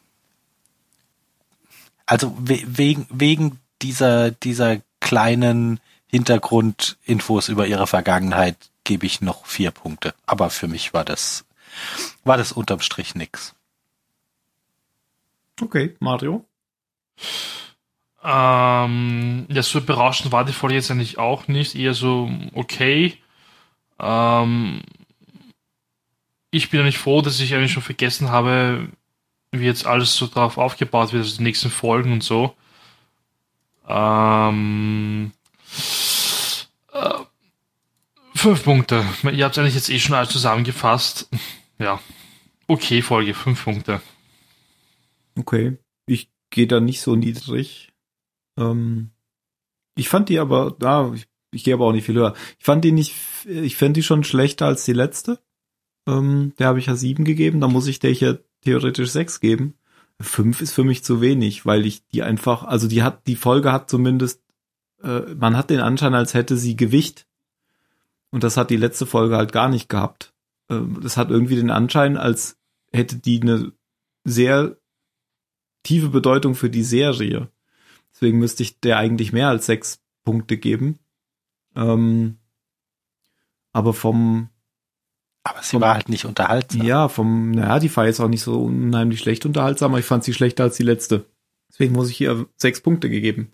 G: also we wegen, wegen dieser, dieser kleinen Hintergrundinfos über ihre Vergangenheit gebe ich noch vier Punkte. Aber für mich war das, war das unterm Strich nix.
D: Okay, Mario.
E: Ähm, ja, so berauschend war die Folge jetzt eigentlich auch nicht. Eher so, okay. Ähm, ich bin eigentlich froh, dass ich eigentlich schon vergessen habe, wie jetzt alles so drauf aufgebaut wird, also die nächsten Folgen und so. Ähm, äh, fünf Punkte. Ihr habt eigentlich jetzt eh schon alles zusammengefasst. Ja. Okay, Folge, fünf Punkte.
D: Okay. Ich gehe da nicht so niedrig. Ähm, ich fand die aber, da, ich, ich gehe aber auch nicht viel höher. Ich fand die nicht, ich fand die schon schlechter als die letzte. Ähm, der habe ich ja sieben gegeben, da muss ich der hier theoretisch sechs geben. Fünf ist für mich zu wenig, weil ich die einfach, also die hat, die Folge hat zumindest, äh, man hat den Anschein, als hätte sie Gewicht. Und das hat die letzte Folge halt gar nicht gehabt. Ähm, das hat irgendwie den Anschein, als hätte die eine sehr tiefe Bedeutung für die Serie. Deswegen müsste ich der eigentlich mehr als sechs Punkte geben. Ähm, aber vom,
G: Aber sie war halt nicht unterhaltsam.
D: ja, vom, naja, die war jetzt auch nicht so unheimlich schlecht unterhaltsam, aber ich fand sie schlechter als die letzte. Deswegen muss ich ihr sechs Punkte gegeben.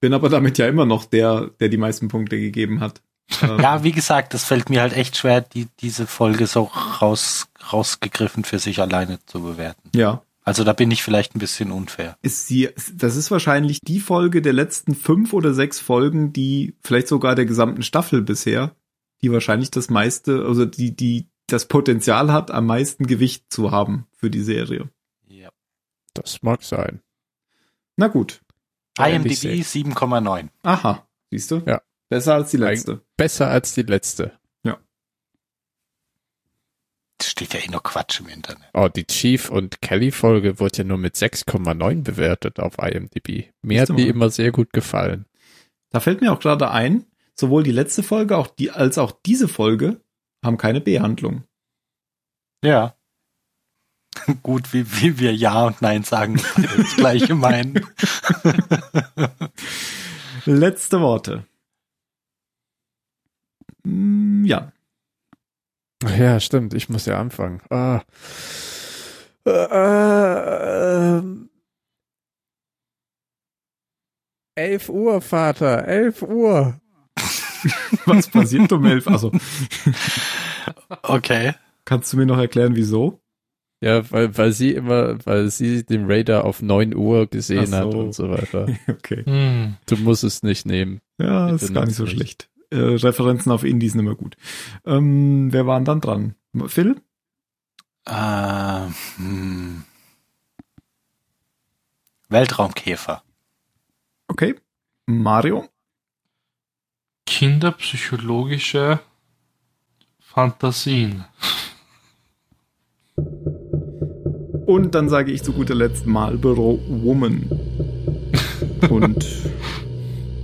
D: Bin aber damit ja immer noch der, der die meisten Punkte gegeben hat. Ähm,
G: Ja, wie gesagt, das fällt mir halt echt schwer, die, diese Folge so raus, rausgegriffen für sich alleine zu bewerten.
D: ja.
G: Also da bin ich vielleicht ein bisschen unfair.
D: Ist sie, das ist wahrscheinlich die Folge der letzten fünf oder sechs Folgen, die vielleicht sogar der gesamten Staffel bisher, die wahrscheinlich das meiste, also die, die das Potenzial hat, am meisten Gewicht zu haben für die Serie.
G: Ja.
F: Das mag sein.
D: Na gut.
F: Eigentlich
G: IMDb 7,9.
D: Aha. Siehst du?
F: Ja.
D: Besser als die letzte.
F: Besser als die letzte.
G: Das steht ja eh nur Quatsch im Internet.
F: Oh, die Chief und Kelly Folge wurde ja nur mit 6,9 bewertet auf IMDb. Mir
D: Siehst du
F: hat die
D: mal.
F: immer sehr gut gefallen.
D: Da fällt mir auch gerade ein, sowohl die letzte Folge auch die, als auch diese Folge haben keine Behandlung.
G: Ja. Gut, wie, wie wir Ja und Nein sagen, weil wir das Gleiche meinen.
D: Letzte Worte. Mm, Ja.
F: Ach Ja, stimmt. Ich muss ja anfangen. Ah. Äh, ähm. 11 Uhr, Vater. 11 Uhr.
D: Was passiert um elf? Also,
G: Okay.
D: kannst du mir noch erklären, wieso?
F: Ja, weil, weil sie immer, weil sie den Raider auf 9 Uhr gesehen
D: Ach
F: hat
D: so.
F: und so weiter.
D: Okay.
E: Hm.
F: Du musst es nicht nehmen.
D: Ja,
F: Ich
D: ist
F: bin
D: gar nicht so
F: nicht.
D: schlecht. äh, Referenzen auf Indie sind immer gut. Ähm, wer waren dann dran? Phil?
G: Äh, hm. Weltraumkäfer.
D: Okay. Mario?
E: Kinderpsychologische Fantasien.
D: Und dann sage ich zu guter Letzt Marlboro Woman. Und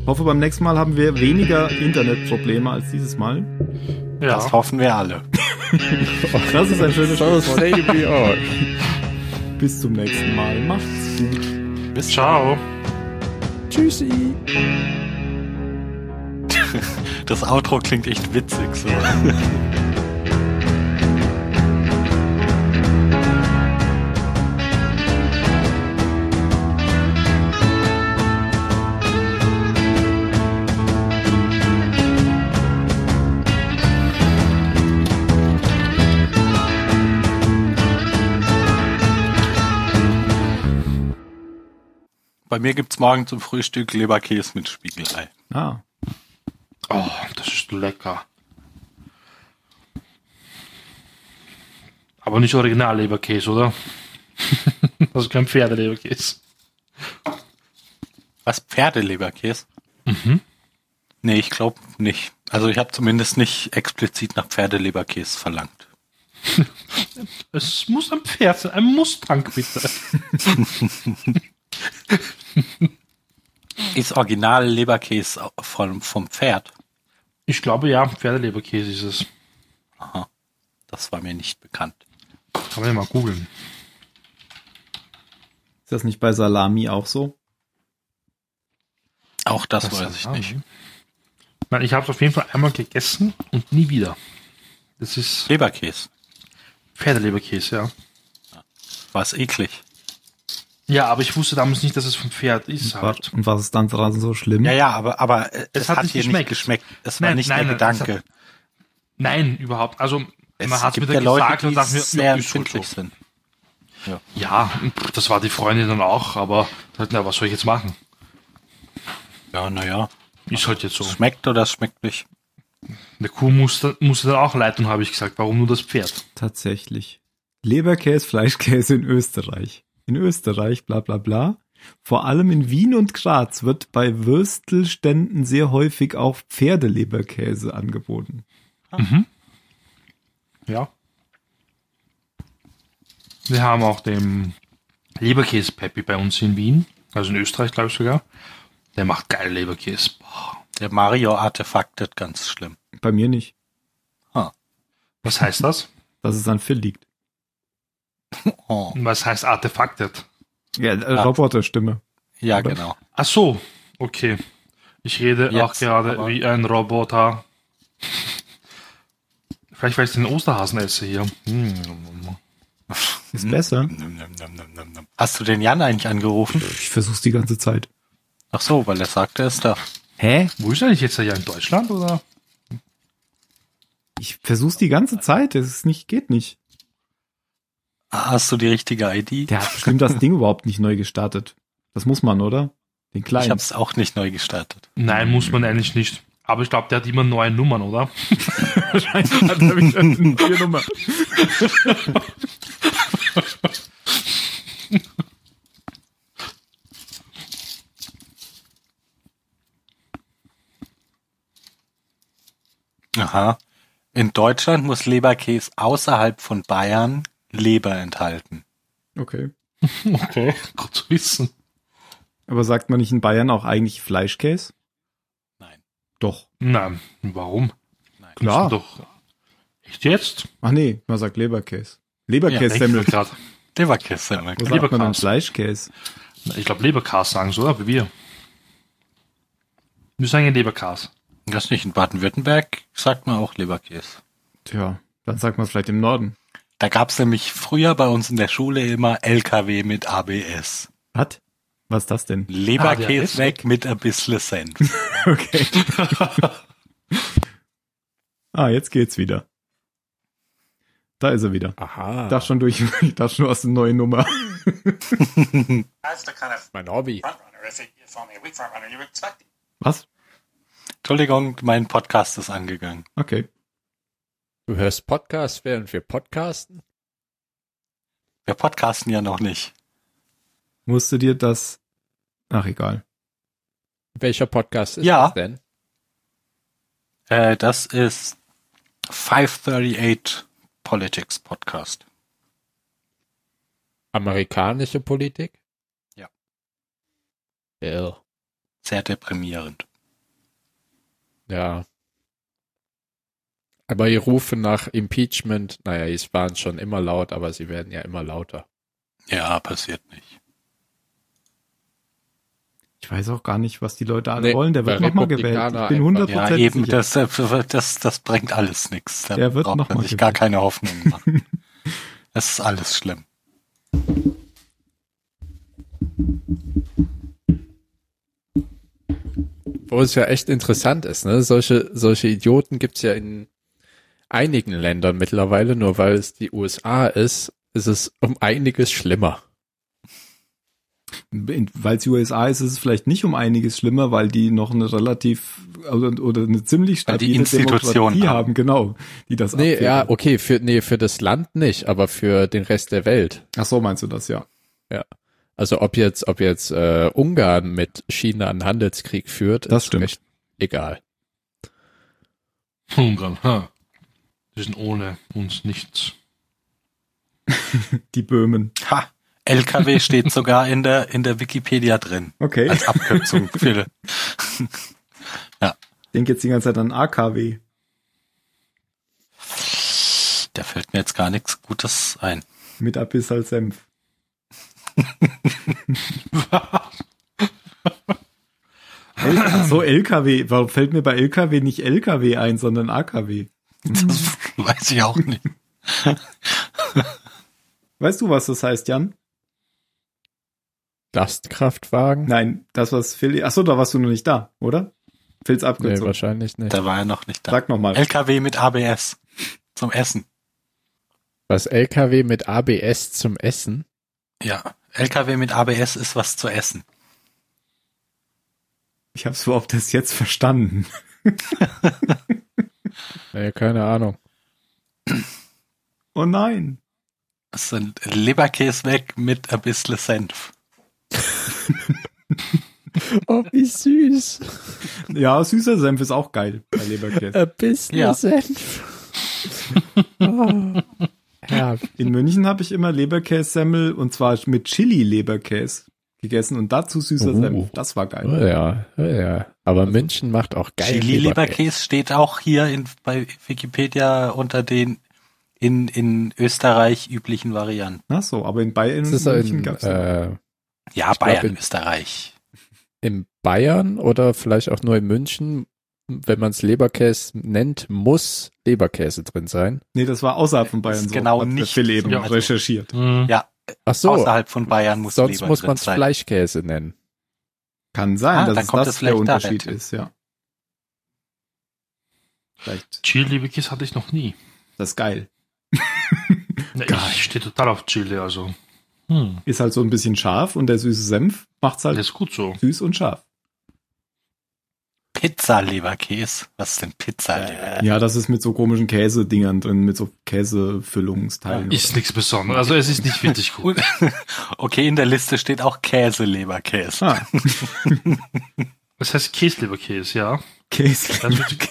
D: hoffe, beim nächsten Mal haben wir weniger Internetprobleme als dieses Mal.
E: Ja.
G: Das hoffen wir alle.
D: Das ist ein schönes
F: So
D: Schlusswort.
F: say we are.
D: Bis zum nächsten Mal. Macht's gut.
G: Bis
E: Ciao.
F: Tschüssi.
G: Das Outro klingt echt witzig so. Bei mir gibt's morgen zum Frühstück Leberkäse mit Spiegelei.
D: Ah.
E: Oh, das ist lecker. Aber nicht Original-Leberkäse, oder? also kein Pferdeleberkäse.
G: Was Pferdeleberkäse?
E: Mhm.
G: Nee, ich glaube nicht. Also ich habe zumindest nicht explizit nach Pferdeleberkäse verlangt.
E: Es muss ein Pferd sein, ein Mustang bitte.
G: Ist original Leberkäse vom, vom Pferd?
E: Ich glaube ja, Pferdeleberkäse ist es.
G: Das war mir nicht bekannt.
E: Kann man ja mal googeln.
D: Ist das nicht bei Salami auch so?
G: Auch das, weiß ich nicht.
E: Nein, ich habe es auf jeden Fall einmal gegessen und nie wieder. Das ist
G: Leberkäse.
E: Pferdeleberkäse, ja.
G: War's eklig.
E: Ja, aber ich wusste damals nicht, dass es vom Pferd ist halt.
D: Und was ist dann daran so schlimm?
G: Ja, ja, aber, aber äh, es,
E: hat
G: hat,
E: nicht
G: hier nicht
E: geschmeckt.
G: geschmeckt. Es war
E: Nein,
G: nicht
E: nein,
G: der
E: nein, es
G: Gedanke.
E: Nein, überhaupt. Also
G: es
E: man hat
G: gibt
E: mir dann
G: ja Leute,
E: gesagt und
G: die
E: dachte mir,
G: sehr
E: ja, ist schon
G: empfindlich
E: so.
G: sind.
E: ja, pff, das war die Freundin dann auch, aber halt, na, was soll ich jetzt machen?
G: Ja, naja.
E: Ist halt jetzt so.
G: Es schmeckt oder es schmeckt nicht.
E: Eine Kuh musste, musste dann auch leiten, habe ich gesagt. Warum nur das Pferd?
D: Tatsächlich. Leberkäse, Fleischkäse in Österreich. In Österreich, bla bla bla. Vor allem in Wien und Graz wird bei Würstelständen sehr häufig auch Pferdeleberkäse angeboten.
E: Ja. Wir haben auch den Leberkäse-Peppi bei uns in Wien, also in Österreich, glaube ich sogar. Der macht geile Leberkäse. Boah.
G: Der Mario artefaktet ganz schlimm.
D: Bei mir nicht.
E: Was heißt das?
D: Dass es an Phil liegt.
G: Oh.
E: Was heißt artefaktet?
D: Ja, äh, Roboterstimme.
G: Ja,
D: Oder?
G: genau.
E: Ach so, okay. Ich rede
G: Jetzt,
E: auch gerade
G: aber-
E: wie ein Roboter. Vielleicht, weil ich den Osterhasen esse hier. Hm.
D: Ist besser.
G: Nom, nom, nom, nom, nom, nom. Hast du den Jan eigentlich angerufen?
D: Ich versuch's die ganze Zeit.
G: Ach so, weil er sagte, er ist da.
D: Hä?
E: Wo ist er eigentlich jetzt? Ja, in Deutschland oder?
D: Ich versuch's die ganze Zeit. Es ist nicht, geht nicht.
G: Ah, Hast du die richtige ID?
D: Der hat bestimmt das Ding überhaupt nicht neu gestartet. Das muss man, oder? Den
G: ich
D: kleinen.
G: habe es auch nicht neu gestartet.
E: Nein, muss man eigentlich nicht. Aber ich glaube, der hat immer neue Nummern, oder?
D: Hat er mich an die neue Nummer.
G: Aha. In Deutschland muss Leberkäse außerhalb von Bayern Leber enthalten.
D: Okay.
E: Okay. Gut zu wissen.
D: Aber sagt man nicht in Bayern auch eigentlich Fleischkäse?
G: Nein.
D: Doch.
E: Nein, warum?
G: Nein.
D: Klar.
E: Ist Doch. Echt jetzt?
D: Ach nee, man sagt Leberkäse. Leberkäse-Semmel.
E: gerade.
G: Leberkäse. immer
D: Wo
G: klar.
D: sagt man denn
E: Leberkäse.
D: Fleischkäse?
E: Ich glaube, Leberkas sagen so, oder? Wie wir. Wir sagen ja Leberkas.
G: Das nicht in Baden-Württemberg sagt man auch Leberkäse.
D: Tja, dann sagt man vielleicht im Norden.
G: Da gab's nämlich früher bei uns in der Schule immer LKW mit ABS.
D: Was? Was ist das denn?
G: Leberkäse
E: ABS?
G: weg mit ein bisschen Senf.
D: Okay. ah, jetzt geht's wieder. Da ist er wieder.
F: Aha.
D: Ich dachte schon durch, ich dachte schon, du hast eine neue Nummer.
H: That's the kind of
F: mein Hobby.
H: front runner. If, it, if only a weak front runner you were expecting.
D: Was?
G: Entschuldigung, mein Podcast ist angegangen.
D: Okay.
F: Du hörst Podcast, während wir podcasten?
G: Wir podcasten ja noch nicht.
D: Musste dir das. Ach, egal.
F: Welcher Podcast ist
G: Ja.
F: das denn?
G: Äh, das ist 538 Politics Podcast.
F: Amerikanische Politik?
G: Ja.
F: Ew.
G: Sehr deprimierend.
F: Ja. Aber die Rufe nach Impeachment, naja, die waren schon immer laut, aber sie werden ja immer lauter.
G: Ja, passiert nicht.
D: Ich weiß auch gar nicht, was die Leute alle
F: Nee,
D: wollen. Der wird
F: der
D: nochmal gewählt.
F: Republikaner
D: Ich bin
F: einfach.
D: 100%
G: Ja, eben,
D: sicher.
G: das, äh, das, das bringt alles nichts. Da
D: Der wird
G: braucht
D: noch
G: man
D: mal
G: sich gar
D: gewählt.
G: keine Hoffnung machen. Es ist alles schlimm.
F: Wo es ja echt interessant ist, ne? Solche, solche Idioten gibt's ja in einigen Ländern mittlerweile, nur weil es die USA ist, ist es um einiges schlimmer.
D: Weil es die USA ist, ist es vielleicht nicht um einiges schlimmer, weil die noch eine relativ oder, oder eine ziemlich
G: Weil
D: stabile
G: die Institutionen
D: Demokratie
G: haben.
D: haben, genau, die das
F: Nee,
D: abfedern.
F: ja, okay, für, nee, für das Land nicht, aber für den Rest der Welt.
D: Ach so, meinst du das, ja.
F: Also ob jetzt, ob jetzt äh, Ungarn mit China einen Handelskrieg führt,
D: Das stimmt.
F: recht egal.
E: Ungarn, ha. Die sind ohne uns nichts.
D: Die Böhmen.
G: Ha! LKW steht sogar in der, in der Wikipedia drin.
D: Okay.
G: Als Abkürzung für,
D: ich denke jetzt die ganze Zeit an AKW.
G: Da fällt mir jetzt gar nichts Gutes ein.
D: Mit Abyssal Senf. L Ach so, LKW. Warum fällt mir bei LKW nicht LKW ein, sondern AKW?
G: Das weiß ich auch nicht.
D: Weißt du, was das heißt, Jan?
F: Lastkraftwagen?
D: Nein, das was Phil. Ach so, da warst du noch nicht da, oder? Phils
F: nee,
D: Abkürzung.
F: wahrscheinlich nicht.
G: Da war er noch nicht da.
D: Sag noch mal.
G: LKW mit ABS zum Essen.
F: Was LKW mit ABS zum Essen?
G: Ja, LKW mit ABS ist was zu essen.
D: Ich habe es überhaupt erst jetzt verstanden.
F: Nee, keine Ahnung.
D: Oh nein.
G: Es sind Leberkäse weg mit ein bisschen Senf.
F: Oh, wie süß.
D: Ja, süßer Senf ist auch geil bei Leberkäse.
F: Ein bisschen
G: Ja.
F: Senf. oh. Ja,
D: In München habe ich immer Leberkässemmel und zwar mit Chili-Leberkäse gegessen und dazu süßer
G: Uh.
F: Oh.
D: Senf. Das war geil.
F: oh
G: Äh.
F: ja, oh ja. Aber München macht auch geil Leberkäse.
G: Chili-Leberkäse steht auch hier in, bei Wikipedia unter den in, in Österreich üblichen Varianten.
D: Ach so, aber in Bayern
F: Das
D: und
F: ist
D: München
F: in,
D: gab's ja.
F: äh,
G: Ja,
F: Ich glaub,
G: Bayern,
F: in-
G: Österreich.
F: in Bayern oder vielleicht auch nur in München, wenn man es Leberkäse nennt, muss Leberkäse drin sein.
D: Nee, das war außerhalb von
G: ist
D: Bayern so.
G: genau
D: hat der
G: nicht
D: Phil eben
G: so. Also-
D: recherchiert.
E: Hm.
G: Ja,
F: Ach so,
G: außerhalb von Bayern muss
F: sonst
G: Leber
F: muss
G: drin
F: man es
G: sein.
F: Fleischkäse nennen.
D: Kann sein,
G: Ah,
D: dass
G: dann
D: es
G: kommt
D: das
G: es
D: der
G: vielleicht
D: Unterschied
G: daher.
D: ist, ja. Vielleicht
E: Chili-Wikis hatte ich noch nie.
D: das ist geil.
E: Na,
D: Geil.
E: ich stehe total auf Chili, also. Hm.
D: Ist halt so ein bisschen scharf und der süße Senf macht's
E: Das
D: halt
E: ist gut so.
D: süß und scharf.
G: Pizza-Leberkäse. Was ist denn Pizza-Leberkäse?
F: Äh.
D: Ja, das ist mit so komischen Käsedingern drin, mit so Käsefüllungsteilen.
E: Ist nichts Besonderes. Also, es ist nicht wirklich gut.
G: Okay, in der Liste steht auch Käse-Leberkäse.
D: Ah,
E: Das heißt Käsleberkäse, ja.
D: Käse.
E: Das wird-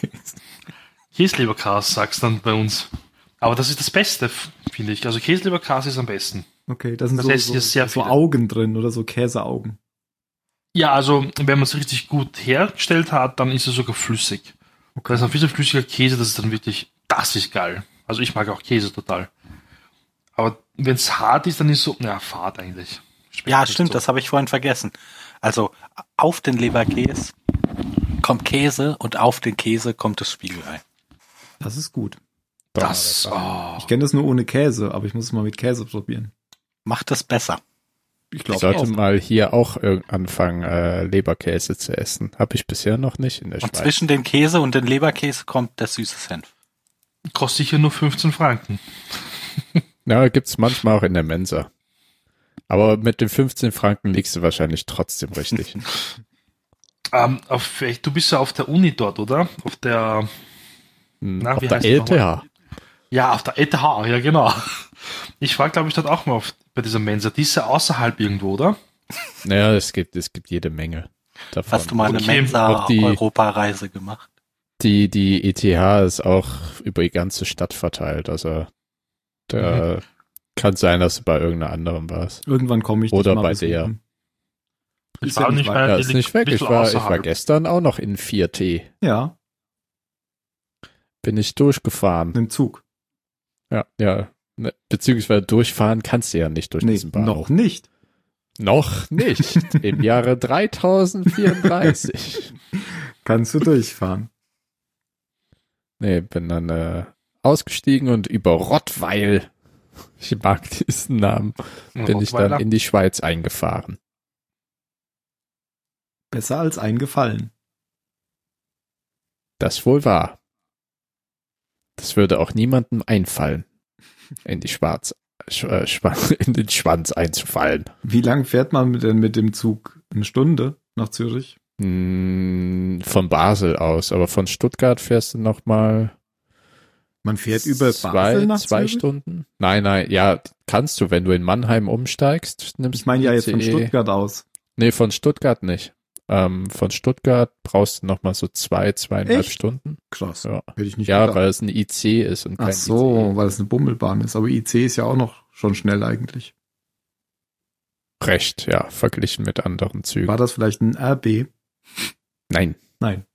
E: Käsleberkäse sagst dann bei uns. Aber das ist das Beste, f- finde ich. Also Käsleberkäse ist am besten.
D: Okay, das sind
E: Das
D: so,
E: heißt,
D: so,
E: hier ist sehr
D: so
E: viel.
D: Augen drin oder so Käseaugen.
E: Ja, also wenn man es richtig gut hergestellt hat, dann ist es sogar flüssig. Da ist ein bisschen flüssiger Käse, das ist dann wirklich, das ist geil. Also ich mag auch Käse total. Aber wenn es hart ist, dann ist so, na, fad eigentlich. Schmeckt
G: Ja,
E: nicht
G: stimmt,
E: so.
G: das habe ich vorhin vergessen. Also auf den Leberkäse kommt Käse und auf den Käse kommt das Spiegelei.
D: Das ist gut.
E: Das, oh.
D: Ich kenne das nur ohne Käse, aber ich muss es mal mit Käse probieren.
G: Macht das besser.
D: Ich
F: Ich
D: glaube
F: sollte
D: auch.
F: mal hier auch irg- anfangen, äh, Leberkäse zu essen. Habe ich bisher noch nicht in der
G: Und
F: Schweiz.
G: zwischen den Käse und den Leberkäse kommt der süße Senf.
E: kostet sicher nur 15 Franken.
F: Na, gibt's manchmal auch in der Mensa. Aber mit den 15 Franken liegst du wahrscheinlich trotzdem richtig.
E: Ähm, auf, du bist ja auf der Uni dort, oder? Auf der, Na,
F: Hm, Auf
E: wie
F: der
E: heißt die
F: LTH.
E: ja, auf der ETH, ja genau. Ich war, glaube ich, dort auch mal auf, bei dieser Mensa. Die ist ja außerhalb irgendwo, oder?
F: Naja, es gibt, es gibt jede Menge davon.
G: Hast du mal eine
E: Okay,
G: Mensa
F: auch die-
G: Europareise gemacht?
F: Die, die ETH ist auch über die ganze Stadt verteilt, also da kann sein, dass du bei irgendeiner anderen warst.
D: Irgendwann komme ich. dich
F: Oder bei
D: besuchen.
F: der.
E: Ich
D: Ist
E: war
D: ja
E: nicht
D: nicht
E: mal
D: weit.
F: Ja, ist nicht weg. Ich war, ich war
E: außerhalb.
F: gestern auch noch in 4T.
D: Ja,
F: Bin ich durchgefahren.
D: mit dem Zug.
F: Ja, ja. Ne, Beziehungsweise durchfahren kannst du ja nicht durch
D: nee,
F: diesen
D: noch
F: Bahnhof.
D: nicht.
F: Noch nicht. Im Jahre 3034.
D: Kannst du durchfahren.
F: Nee, bin dann äh, ausgestiegen und über Rottweil, ich mag diesen Namen, bin ich dann in die Schweiz eingefahren.
D: Besser als eingefallen.
F: Das wohl war. Das würde auch niemandem einfallen, in die Schwarz, Sch, äh, Schwan- in den Schwanz einzufallen.
D: Wie lang fährt man denn mit dem Zug? Eine Stunde nach Zürich?
F: Hm, von Basel aus, aber von Stuttgart fährst du noch mal
D: Man fährt über
F: zwei,
D: Basel nach
F: zwei
D: Zürich?
F: Stunden? Nein, nein, ja, kannst du, wenn du in Mannheim umsteigst, nimmst
D: Ich meine ja jetzt von
F: ICE.
D: Stuttgart aus.
F: Nee, von Stuttgart nicht. Ähm, von Stuttgart brauchst du noch mal so zwei, zweieinhalb
D: Echt?
F: Stunden.
D: Krass.
F: Ja.
D: Hätte ich nicht
F: Ja,
D: gedacht.
F: weil es ein IC ist und kein E.
D: Ach so,
F: ICE.
D: weil es eine Bummelbahn ist. Aber IC ist ja auch noch schon schnell eigentlich.
F: Recht, ja, verglichen mit anderen Zügen.
D: War das vielleicht ein RB?
F: Nein.
D: Nein.